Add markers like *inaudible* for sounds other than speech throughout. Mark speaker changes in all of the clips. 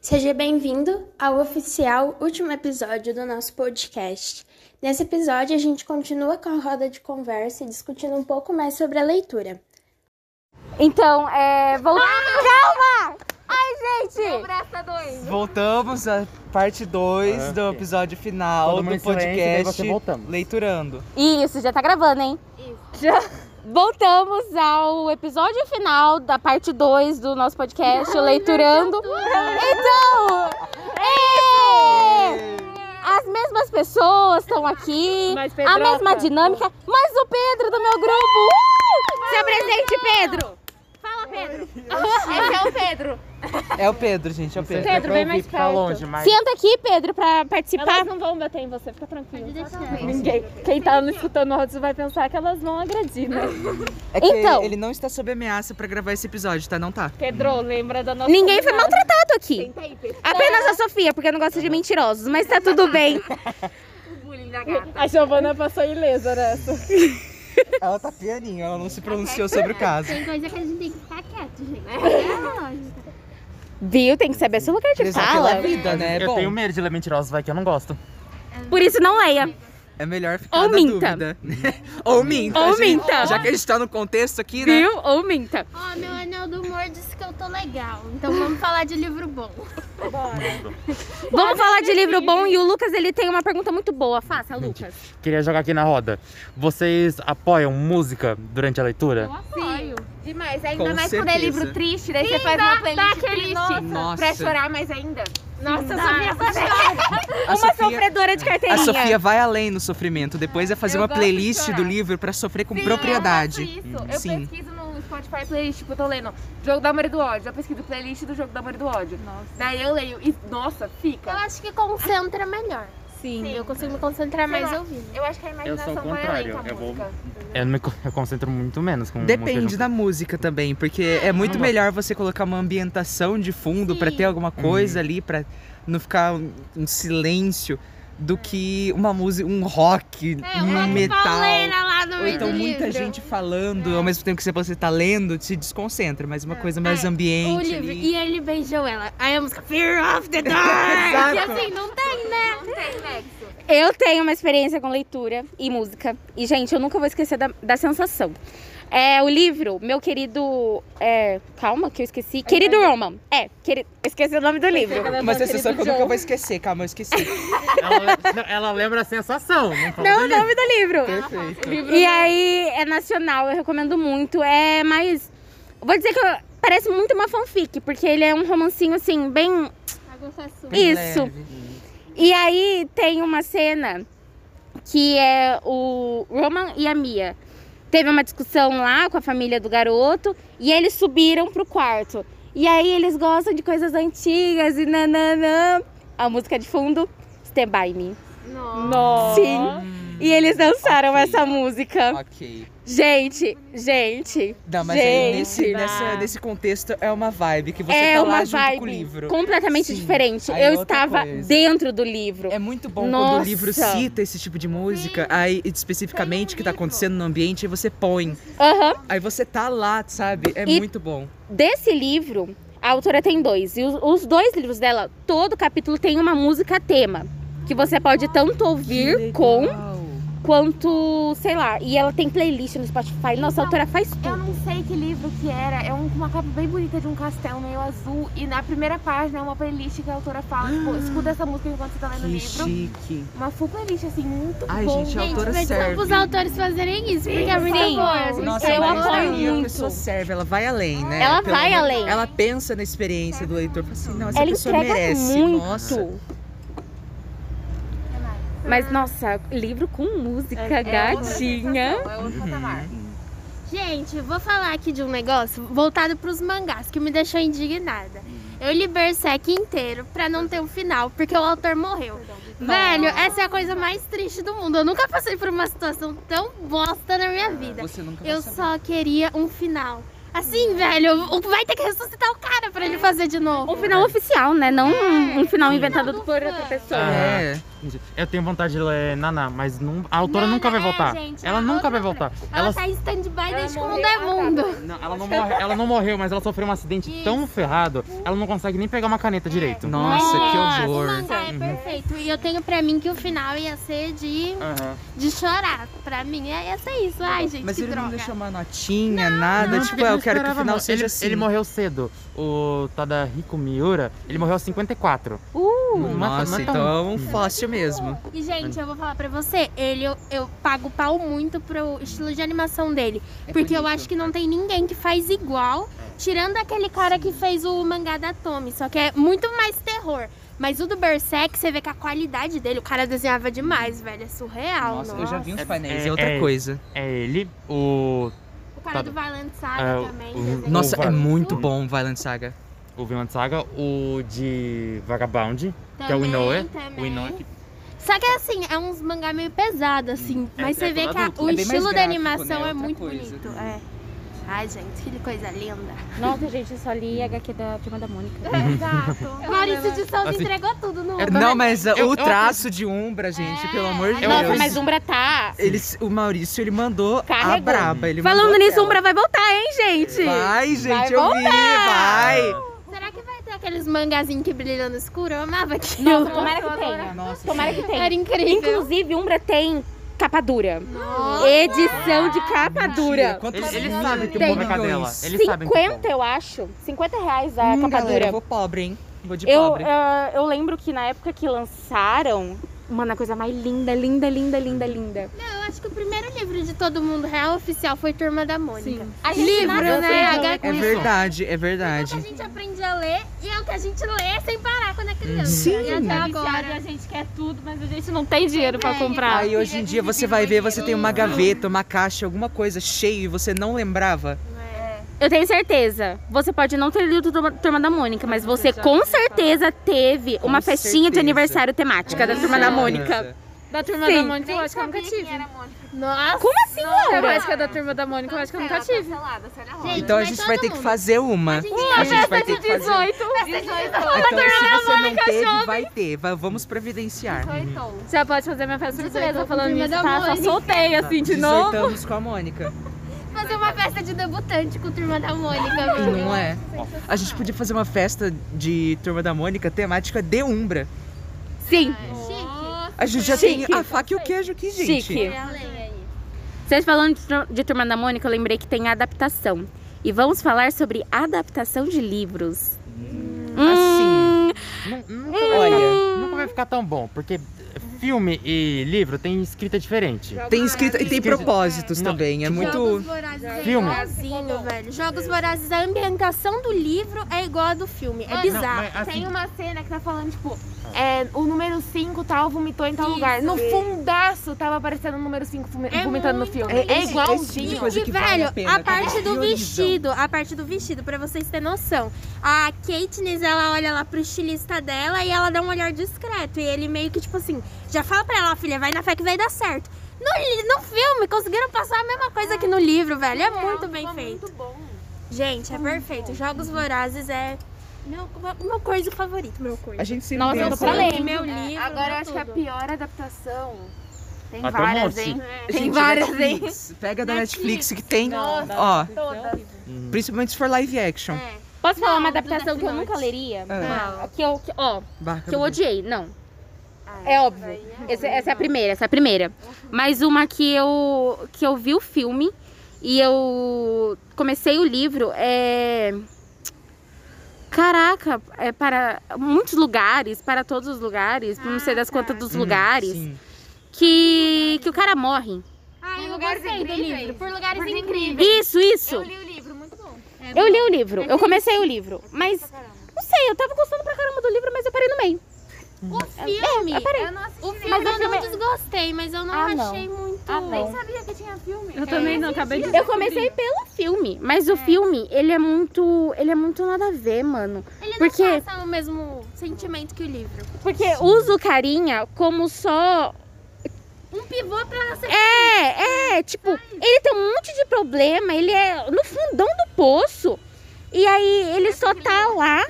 Speaker 1: Seja bem-vindo ao oficial último episódio do nosso podcast. Nesse episódio, a gente continua com a roda de conversa e discutindo um pouco mais sobre a leitura.
Speaker 2: Então, é. Voltando.
Speaker 3: Ah!
Speaker 2: Calma! Ai, gente!
Speaker 4: Voltamos à parte 2 do episódio final
Speaker 5: Ah, Todo mundo
Speaker 4: do
Speaker 5: em silêncio, daí
Speaker 4: podcast
Speaker 5: você voltamos.
Speaker 4: Leiturando.
Speaker 2: Isso, já tá gravando, hein? Isso. Já... Voltamos ao episódio final da parte 2 do nosso podcast, Leiturando. Então! é! As mesmas pessoas estão aqui,
Speaker 3: Mas,
Speaker 2: a
Speaker 3: Pedroca-
Speaker 2: mesma dinâmica, mas o Pedro do meu grupo. Uh! Se apresente, Pedro!
Speaker 3: Fala,
Speaker 2: *laughs*
Speaker 3: Pedro. Esse é o Pedro.
Speaker 4: É o Pedro, gente, é o Pedro.
Speaker 3: Pedro, vem mais
Speaker 5: Tá
Speaker 3: perto.
Speaker 5: longe, mas...
Speaker 2: Senta aqui, Pedro, pra participar.
Speaker 3: Elas não vão bater em você, fica tranquilo.
Speaker 6: Tá
Speaker 3: Ninguém. Quem tá me escutando antes vai pensar que elas vão agredir, né?
Speaker 4: É que
Speaker 2: Então.
Speaker 4: ele não está sob ameaça pra gravar esse episódio, tá? Não tá.
Speaker 3: Pedro, lembra da nossa.
Speaker 2: Ninguém foi maltratado aqui. Apenas a Sofia, porque eu não gosto de mentirosos, mas tá tudo bem.
Speaker 3: A Giovana passou ilesa nessa.
Speaker 4: Ela tá pianinho, ela não se pronunciou sobre o caso.
Speaker 6: Tem coisa que a gente tem que ficar quieto, gente. É a *laughs* lógica.
Speaker 2: Viu? Tem que saber seu lugar de
Speaker 4: Prezar pela
Speaker 2: fala.
Speaker 4: vida, né? É
Speaker 5: eu
Speaker 4: bom.
Speaker 5: tenho um medo de ler mentirosos, vai que eu não gosto.
Speaker 2: Por isso não leia.
Speaker 4: É melhor ficar
Speaker 2: Ou
Speaker 4: na
Speaker 2: minta.
Speaker 4: dúvida. *laughs* Ou minta.
Speaker 2: Ou
Speaker 4: gente.
Speaker 2: minta.
Speaker 4: Já que a gente tá no contexto aqui, né?
Speaker 2: Viu? Ou minta.
Speaker 6: Ó, meu anel do humor disse que eu tô legal. Então vamos falar de livro bom.
Speaker 2: Vamos falar de livro bom e o Lucas ele tem uma pergunta muito boa. Faça, Lucas.
Speaker 5: Queria jogar aqui na roda. Vocês apoiam música durante a leitura?
Speaker 6: Apoio.
Speaker 7: Demais,
Speaker 4: Com
Speaker 7: ainda mais quando é
Speaker 4: certeza.
Speaker 7: livro triste, daí você faz uma playlist
Speaker 3: tá aquele
Speaker 7: triste
Speaker 4: Nossa.
Speaker 7: pra chorar mais ainda.
Speaker 6: Nossa,
Speaker 4: A
Speaker 2: Uma
Speaker 4: Sofia...
Speaker 2: sofredora de
Speaker 4: A
Speaker 2: carteirinha.
Speaker 4: Sofia vai além no sofrimento. Depois é fazer
Speaker 7: Eu
Speaker 4: uma
Speaker 7: gosto de
Speaker 4: playlist
Speaker 7: chorar.
Speaker 4: do livro pra sofrer com
Speaker 7: Sim,
Speaker 4: propriedade.
Speaker 7: Eu, faço isso. eu
Speaker 4: Sim.
Speaker 7: pesquiso no Spotify playlist, tipo, eu tô lendo Jogo da Amor e do Ódio. Eu pesquiso playlist do Jogo da Amor e do Ódio. Daí eu leio e, nossa,
Speaker 6: Eu
Speaker 7: fica.
Speaker 6: acho que concentra melhor.
Speaker 2: Sim.
Speaker 6: Eu consigo me concentrar
Speaker 7: Sei
Speaker 6: mais
Speaker 7: lá.
Speaker 6: ouvindo.
Speaker 7: Eu acho que a imaginação
Speaker 5: sou o
Speaker 7: vai além com a
Speaker 5: contrário, eu vou-
Speaker 7: música.
Speaker 5: Eu, não me co- eu concentro muito menos com
Speaker 4: Depende
Speaker 5: música.
Speaker 4: da música também, porque é muito
Speaker 5: gosto.
Speaker 4: melhor você colocar uma ambientação de fundo pra ter alguma coisa ali, pra não ficar um, um silêncio, do que uma música, um rock,
Speaker 6: É,
Speaker 4: um
Speaker 6: uma
Speaker 4: metal.
Speaker 6: pauleira lá no
Speaker 4: Ou
Speaker 6: meio
Speaker 4: então
Speaker 6: do
Speaker 4: muita
Speaker 6: livro.
Speaker 4: gente falando, ao mesmo tempo que você tá lendo, te desconcentra, mas uma coisa mais
Speaker 6: É, O
Speaker 4: ambiente
Speaker 6: livro.
Speaker 4: ali.
Speaker 6: E ele beijou ela. Aí a música Fear of
Speaker 4: *laughs*
Speaker 6: the Dark.
Speaker 4: Exato.
Speaker 6: e assim, não tem, né?
Speaker 7: Não tem, Nexo.
Speaker 2: Eu tenho uma experiência com leitura e música. E, gente, eu nunca vou esquecer da, da sensação. É, o livro, meu querido. é, calma, que eu esqueci. Querido Roman. É, queri- esqueci o nome do livro.
Speaker 4: Uma sensação é que eu nunca vou esquecer, calma, eu esqueci.
Speaker 5: Ela, não, ela lembra a sensação. Não, fala
Speaker 2: Não, o
Speaker 5: do livro.
Speaker 2: nome do livro.
Speaker 4: Perfeito.
Speaker 2: E aí, é nacional, eu recomendo muito. É mais. Vou dizer que eu- parece muito uma fanfic, porque ele é um romancinho assim, bem.
Speaker 6: Água com açúcar.
Speaker 4: Bem
Speaker 2: Isso.
Speaker 4: leve.
Speaker 2: E aí tem uma cena que é o Roman e a Mia. Teve uma discussão lá com a família do garoto e eles subiram pro quarto. E aí eles gostam de coisas antigas e nananã. A música de fundo, Stand By Me.
Speaker 3: Nossa.
Speaker 2: Sim. E eles dançaram
Speaker 4: Hum, ok.
Speaker 2: essa música.
Speaker 4: Ok.
Speaker 2: Gente, gente.
Speaker 4: Não, mas aí
Speaker 2: Gente.
Speaker 4: nesse, nessa- nesse contexto é uma vibe que você
Speaker 2: é
Speaker 4: tá lá
Speaker 2: uma
Speaker 4: junto com o
Speaker 2: vibe
Speaker 4: livro.
Speaker 2: completamente
Speaker 4: Sim,
Speaker 2: diferente.
Speaker 4: aí é
Speaker 2: Eu
Speaker 4: outra
Speaker 2: estava
Speaker 4: coisa.
Speaker 2: dentro do livro.
Speaker 4: É muito bom quando o
Speaker 2: Nossa.
Speaker 4: livro cita esse tipo de música, aí especificamente
Speaker 6: Tem um
Speaker 4: que tá
Speaker 6: livro.
Speaker 4: acontecendo no ambiente, aí você põe.
Speaker 2: Aham.
Speaker 4: Aí você tá lá, sabe? É
Speaker 2: E-
Speaker 4: muito bom.
Speaker 2: Desse livro, a autora tem dois. E os, os dois livros dela, todo capítulo tem uma música tema. Que você pode tanto ouvir com, quanto, sei lá. E ela tem playlist no Spotify. Nossa, a autora faz
Speaker 7: Eu
Speaker 2: tudo.
Speaker 7: não sei que livro que era. É um- uma capa bem bonita de um castelo meio azul. E na primeira página é uma playlist que a autora fala, tipo, escuta essa música enquanto você tá lendo o
Speaker 4: Ah. Que
Speaker 7: livro.
Speaker 4: chique.
Speaker 7: Uma full playlist, assim, muito
Speaker 4: Ai,
Speaker 7: boa.
Speaker 4: gente, a
Speaker 6: Gente,
Speaker 4: autora
Speaker 6: mas são
Speaker 4: serve.
Speaker 6: os autores fazerem isso, porque é muito
Speaker 2: Sim.
Speaker 6: bom. a gente
Speaker 4: Nossa,
Speaker 2: Eu
Speaker 4: mas
Speaker 2: apoio
Speaker 4: aí a
Speaker 2: muito.
Speaker 4: pessoa serve, ela vai além, né?
Speaker 2: Ela
Speaker 4: Pelo
Speaker 2: vai
Speaker 4: menos-
Speaker 2: além.
Speaker 4: Ela pensa na experiência do leitor, fala assim, não, essa
Speaker 2: ela
Speaker 4: pessoa
Speaker 2: entrega
Speaker 4: merece.
Speaker 2: muito.
Speaker 4: Nossa.
Speaker 2: Mas, nossa, livro com
Speaker 4: É,
Speaker 2: música, gatinha.
Speaker 7: É outro patamar.
Speaker 6: Gente, vou falar aqui de um negócio voltado pros mangás que me deixou indignada. Eu li Berserk inteiro pra não ter um final, porque o autor morreu. Velho, essa é a coisa mais triste do mundo. Eu nunca passei por uma situação tão bosta na minha vida.
Speaker 4: Você nunca vai
Speaker 6: Eu
Speaker 4: saber.
Speaker 6: só queria um final. Assim, velho, o- vai ter que ressuscitar o cara hora pra ele fazer de novo.
Speaker 2: Um final oficial, né? Não um, um final inventado por outra pessoa.
Speaker 4: É.
Speaker 5: Ah, Eu tenho vontade de ler Naná, mas não- a autora
Speaker 6: Naná,
Speaker 5: nunca vai
Speaker 6: é,
Speaker 5: voltar.
Speaker 6: gente,
Speaker 5: ela
Speaker 6: a
Speaker 5: nunca
Speaker 6: outra
Speaker 5: vai
Speaker 6: não-
Speaker 5: voltar.
Speaker 6: Ela,
Speaker 5: Ela,
Speaker 6: tá em stand-by desde que o mundo
Speaker 2: morreu.
Speaker 6: é mundo.
Speaker 5: não, ela não morre- ela não morreu, mas ela sofreu um acidente tão ferrado, ela não consegue nem pegar uma caneta
Speaker 6: É.
Speaker 5: direito.
Speaker 4: Nossa,
Speaker 2: Nossa.
Speaker 4: que horror.
Speaker 6: O mangá é
Speaker 5: Uhum.
Speaker 6: perfeito. E eu tenho pra mim que o final ia ser de,
Speaker 5: Aham.
Speaker 6: de chorar. Pra mim é- ia ser isso. Ai, gente,
Speaker 4: Mas
Speaker 6: que
Speaker 4: ele não
Speaker 6: droga.
Speaker 4: deixou uma notinha, nada.
Speaker 5: Não,
Speaker 4: tipo,
Speaker 5: porque
Speaker 4: é,
Speaker 5: não
Speaker 4: eu quero que o
Speaker 5: esperava
Speaker 4: final
Speaker 5: mo-
Speaker 4: seja
Speaker 5: ele,
Speaker 4: assim.
Speaker 5: Ele morreu cedo. O Tadahiko Miura, ele morreu aos 54. Não é- não é
Speaker 4: Uh, Nossa,
Speaker 5: tão-
Speaker 4: então é um fóssil mesmo.
Speaker 6: E, gente,
Speaker 4: Hum.
Speaker 6: eu vou falar pra você. Ele, eu, eu pago pau muito pro estilo de animação dele.
Speaker 5: É
Speaker 6: porque eu acho que não tem ninguém que faz igual.
Speaker 4: É.
Speaker 6: Tirando aquele cara que fez o mangá da Tommy. Só que é muito mais terror. Mas o do Berserk, você vê que a qualidade dele, o cara desenhava demais, velho. É surreal,
Speaker 4: Nossa,
Speaker 6: não?
Speaker 4: eu já vi uns painéis, é,
Speaker 5: é-
Speaker 4: outra
Speaker 5: é-
Speaker 4: coisa.
Speaker 5: É ele, o.
Speaker 6: O cara
Speaker 5: tá-
Speaker 6: do Violent
Speaker 5: é,
Speaker 6: Saga
Speaker 5: o-
Speaker 6: também.
Speaker 5: o-
Speaker 6: desenhava
Speaker 4: Nossa, é
Speaker 5: Violent-
Speaker 4: muito bom Violent Saga.
Speaker 5: O Vinland Saga, o de Vagabond, que é o
Speaker 6: Também,
Speaker 5: Inoue. O
Speaker 6: também.
Speaker 5: Inoue que
Speaker 6: Só que assim, é uns mangá meio pesado, assim.
Speaker 5: É,
Speaker 6: mas
Speaker 5: é
Speaker 6: você vê
Speaker 5: pra
Speaker 6: que a-
Speaker 5: adulto.
Speaker 6: o
Speaker 4: Hum. É bem mais
Speaker 6: estilo da
Speaker 4: gráfico,
Speaker 6: animação
Speaker 4: né?
Speaker 6: é
Speaker 4: Outra
Speaker 6: muito
Speaker 4: coisa.
Speaker 6: bonito. É. Ai, gente, que coisa linda.
Speaker 2: Nossa, gente, eu só li HQ da turma da Mônica.
Speaker 6: *laughs* Exato. Maurício de Souza
Speaker 5: Assim,
Speaker 6: entregou tudo no. né?
Speaker 4: Não, mas uh,
Speaker 5: eu- É.
Speaker 4: o
Speaker 5: eu-
Speaker 4: traço de Umbra, gente, pelo amor de
Speaker 6: Eu-
Speaker 4: Deus.
Speaker 2: Nossa, mas
Speaker 5: um
Speaker 2: Umbra tá.
Speaker 4: Ele, o Maurício, ele mandou a
Speaker 2: Carregou.
Speaker 4: braba. Ele
Speaker 2: Falando
Speaker 4: mandou
Speaker 2: nisso,
Speaker 4: aquela.
Speaker 5: um
Speaker 2: Umbra vai voltar, hein, gente?
Speaker 4: Vai,
Speaker 2: Vai
Speaker 4: gente, eu vi, vai.
Speaker 6: Será que vai ter aqueles mangazinhos que brilham no escuro? Eu amava aquilo.
Speaker 2: Nossa, tomara que tenha.
Speaker 4: Nossa,
Speaker 2: Tomara que tenha.
Speaker 6: Era incrível.
Speaker 2: Inclusive, Umbra tem capa dura.
Speaker 6: Nossa.
Speaker 2: Edição de capa dura.
Speaker 5: Ele, ele sabe que o
Speaker 2: Tem
Speaker 5: povo é cadela. Ele é sabe que o
Speaker 2: 50, eu acho. 50 reais a capa
Speaker 4: Hum, galera, eu
Speaker 2: dura.
Speaker 4: vou pobre, hein? Vou de
Speaker 2: Eu,
Speaker 4: pobre.
Speaker 2: ah, eu lembro que na época que lançaram. Mano, a coisa mais linda, linda, linda, linda, linda.
Speaker 6: Eu acho que o primeiro livro de todo mundo real oficial foi Turma da Mônica.
Speaker 2: A gente
Speaker 6: Livro,
Speaker 2: nasceu
Speaker 6: né?
Speaker 2: sem
Speaker 6: HQ.
Speaker 4: É verdade, é verdade.
Speaker 6: A gente aprende a ler e é o que a gente lê sem parar quando é criança.
Speaker 4: Sim.
Speaker 6: E até
Speaker 7: Tá
Speaker 3: E a
Speaker 6: agora.
Speaker 3: gente quer tudo, mas a gente não tem dinheiro pra comprar.
Speaker 4: Aí hoje em dia você vai ver, você tem uma gaveta, uma caixa, alguma coisa cheia e você não lembrava.
Speaker 2: Eu tenho certeza. Você pode não ter lido Turma- Turma da Mônica, mas você com certeza teve uma
Speaker 4: Com
Speaker 2: festinha de
Speaker 4: certeza.
Speaker 2: aniversário temática da Turma da Mônica.
Speaker 3: Da turma
Speaker 2: Sim.
Speaker 3: da Mônica, eu acho que eu nunca tive.
Speaker 6: Nossa.
Speaker 2: Como assim,
Speaker 3: Eu
Speaker 2: Laura?
Speaker 3: acho que é da turma da Mônica, eu acho que eu nunca tive.
Speaker 6: Gente,
Speaker 4: Então a
Speaker 6: mas
Speaker 4: gente
Speaker 6: todo
Speaker 4: vai ter que
Speaker 6: mundo.
Speaker 4: fazer uma. A gente vai ter que fazer. Então se você não teve, vai ter. Va- Vamos providenciar.
Speaker 3: Já pode fazer minha festa surpresa falando
Speaker 6: turma
Speaker 3: nisso,
Speaker 6: da
Speaker 3: tá? Só
Speaker 6: Mônica.
Speaker 3: soltei assim de novo.
Speaker 4: Dezoitamos com a Mônica.
Speaker 6: Fazer uma festa de debutante com Turma da Mônica, viu?
Speaker 4: Não é? A gente podia fazer uma festa de Turma da Mônica temática de Umbra.
Speaker 2: Sim,
Speaker 6: Chique. né,
Speaker 4: A gente já
Speaker 2: Chique.
Speaker 4: tem a faca e o queijo aqui, gente.
Speaker 2: chique.
Speaker 6: Além aí.
Speaker 2: Vocês falando de Tur- de Turma da Mônica, eu lembrei que tem adaptação. E vamos falar sobre adaptação de livros.
Speaker 4: Assim.
Speaker 5: Nun-
Speaker 2: Hum.
Speaker 5: Nunca,
Speaker 4: Olha.
Speaker 5: Olha. nunca vai ficar tão bom, porque filme e livro tem escrita diferente.
Speaker 4: Tem escrita e tem
Speaker 5: Esqueci.
Speaker 4: propósitos
Speaker 5: Não,
Speaker 4: também. É
Speaker 2: tipo,
Speaker 6: Jogos
Speaker 4: muito.
Speaker 6: Vorazes é
Speaker 5: Filme.
Speaker 6: igualzinho, velho. Jogos Vorazes, a ambientação do livro é igual a do filme. É bizarro.
Speaker 5: Não, mas, assim, Ah.
Speaker 7: Tem uma cena que tá falando, tipo, é, o número 5 tal vomitou em tal
Speaker 6: Isso.
Speaker 7: lugar. No fundaço tava aparecendo o número 5
Speaker 6: É
Speaker 7: vomitando no
Speaker 6: muito
Speaker 7: filme.
Speaker 6: lindo.
Speaker 7: É
Speaker 6: Esse
Speaker 7: igual
Speaker 4: tipo de
Speaker 6: E-
Speaker 4: coisa
Speaker 6: e,
Speaker 4: que
Speaker 6: velho,
Speaker 4: vale a pena, tá?
Speaker 6: parte do
Speaker 4: Priorizam.
Speaker 6: vestido, a parte do vestido, pra vocês terem noção. A Katniss, ela olha lá pro estilista dela e ela dá um olhar discreto. E ele meio que, tipo assim, já fala pra ela, "Ó, filha, vai na fé que vai dar certo. No, li- no filme, conseguiram passar a mesma
Speaker 1: Ah.
Speaker 6: coisa que no livro, velho. É muito bem feito. Gente, é perfeito. Jogos Vorazes é meu, meu coisa favorito, meu
Speaker 4: A
Speaker 6: coisa.
Speaker 4: gente sempre
Speaker 2: Nossa, eu tô
Speaker 4: pensa-
Speaker 2: pra ler.
Speaker 6: Meu livro,
Speaker 7: é, Agora
Speaker 6: meu
Speaker 7: eu acho que a
Speaker 6: tudo.
Speaker 7: pior adaptação. Tem
Speaker 5: Até um
Speaker 7: várias,
Speaker 5: monte.
Speaker 7: hein?
Speaker 4: Tem
Speaker 7: várias,
Speaker 4: hein? é Pega da Netflix que tem. Ó,
Speaker 7: Todas.
Speaker 5: hum.
Speaker 4: principalmente se for live action.
Speaker 6: É.
Speaker 2: Posso falar uma
Speaker 6: Não, Duda
Speaker 2: adaptação que eu nunca
Speaker 6: Finotti.
Speaker 2: leria?
Speaker 4: Ah,
Speaker 6: Não.
Speaker 2: Que eu, que- ó,
Speaker 4: Bárbara.
Speaker 2: que eu odiei. Não.
Speaker 7: Ah,
Speaker 2: É óbvio. Esse- essa é a primeira, essa é a primeira. Mas uma que eu que eu vi o filme e eu comecei o livro é Caraca, é para muitos lugares, para todos os lugares, não sei das quantas dos
Speaker 4: Hum,
Speaker 2: lugares,
Speaker 4: sim.
Speaker 2: que que o cara morre.
Speaker 7: Ah,
Speaker 6: Ai, eu
Speaker 7: lugares
Speaker 6: gostei do
Speaker 7: incríveis.
Speaker 6: livro. Por lugares
Speaker 7: Por
Speaker 6: incríveis.
Speaker 2: Isso, isso.
Speaker 7: li o livro, muito bom.
Speaker 2: Eu li o livro, eu comecei o livro, mas não sei, eu tava gostando pra caramba do livro, mas eu parei no meio.
Speaker 6: O filme. o filme
Speaker 2: Mas o
Speaker 6: eu
Speaker 2: filme-
Speaker 6: não desgostei, mas eu não
Speaker 2: Ah, não.
Speaker 6: achei muito.
Speaker 2: Ah, não.
Speaker 7: sabia que tinha filme. É,
Speaker 3: Eu também não, acabei de
Speaker 2: Eu comecei pelo filme, mas o filme, ele é muito, ele é muito nada a ver, mano.
Speaker 6: Ele não
Speaker 2: Porque-
Speaker 6: passa o mesmo sentimento que o livro.
Speaker 2: Porque usa o carinha como só.
Speaker 6: Um pivô pra ela ser.
Speaker 2: É, é, tipo, ele tem um monte de problema, ele é no fundão do poço. E aí ele só tá lá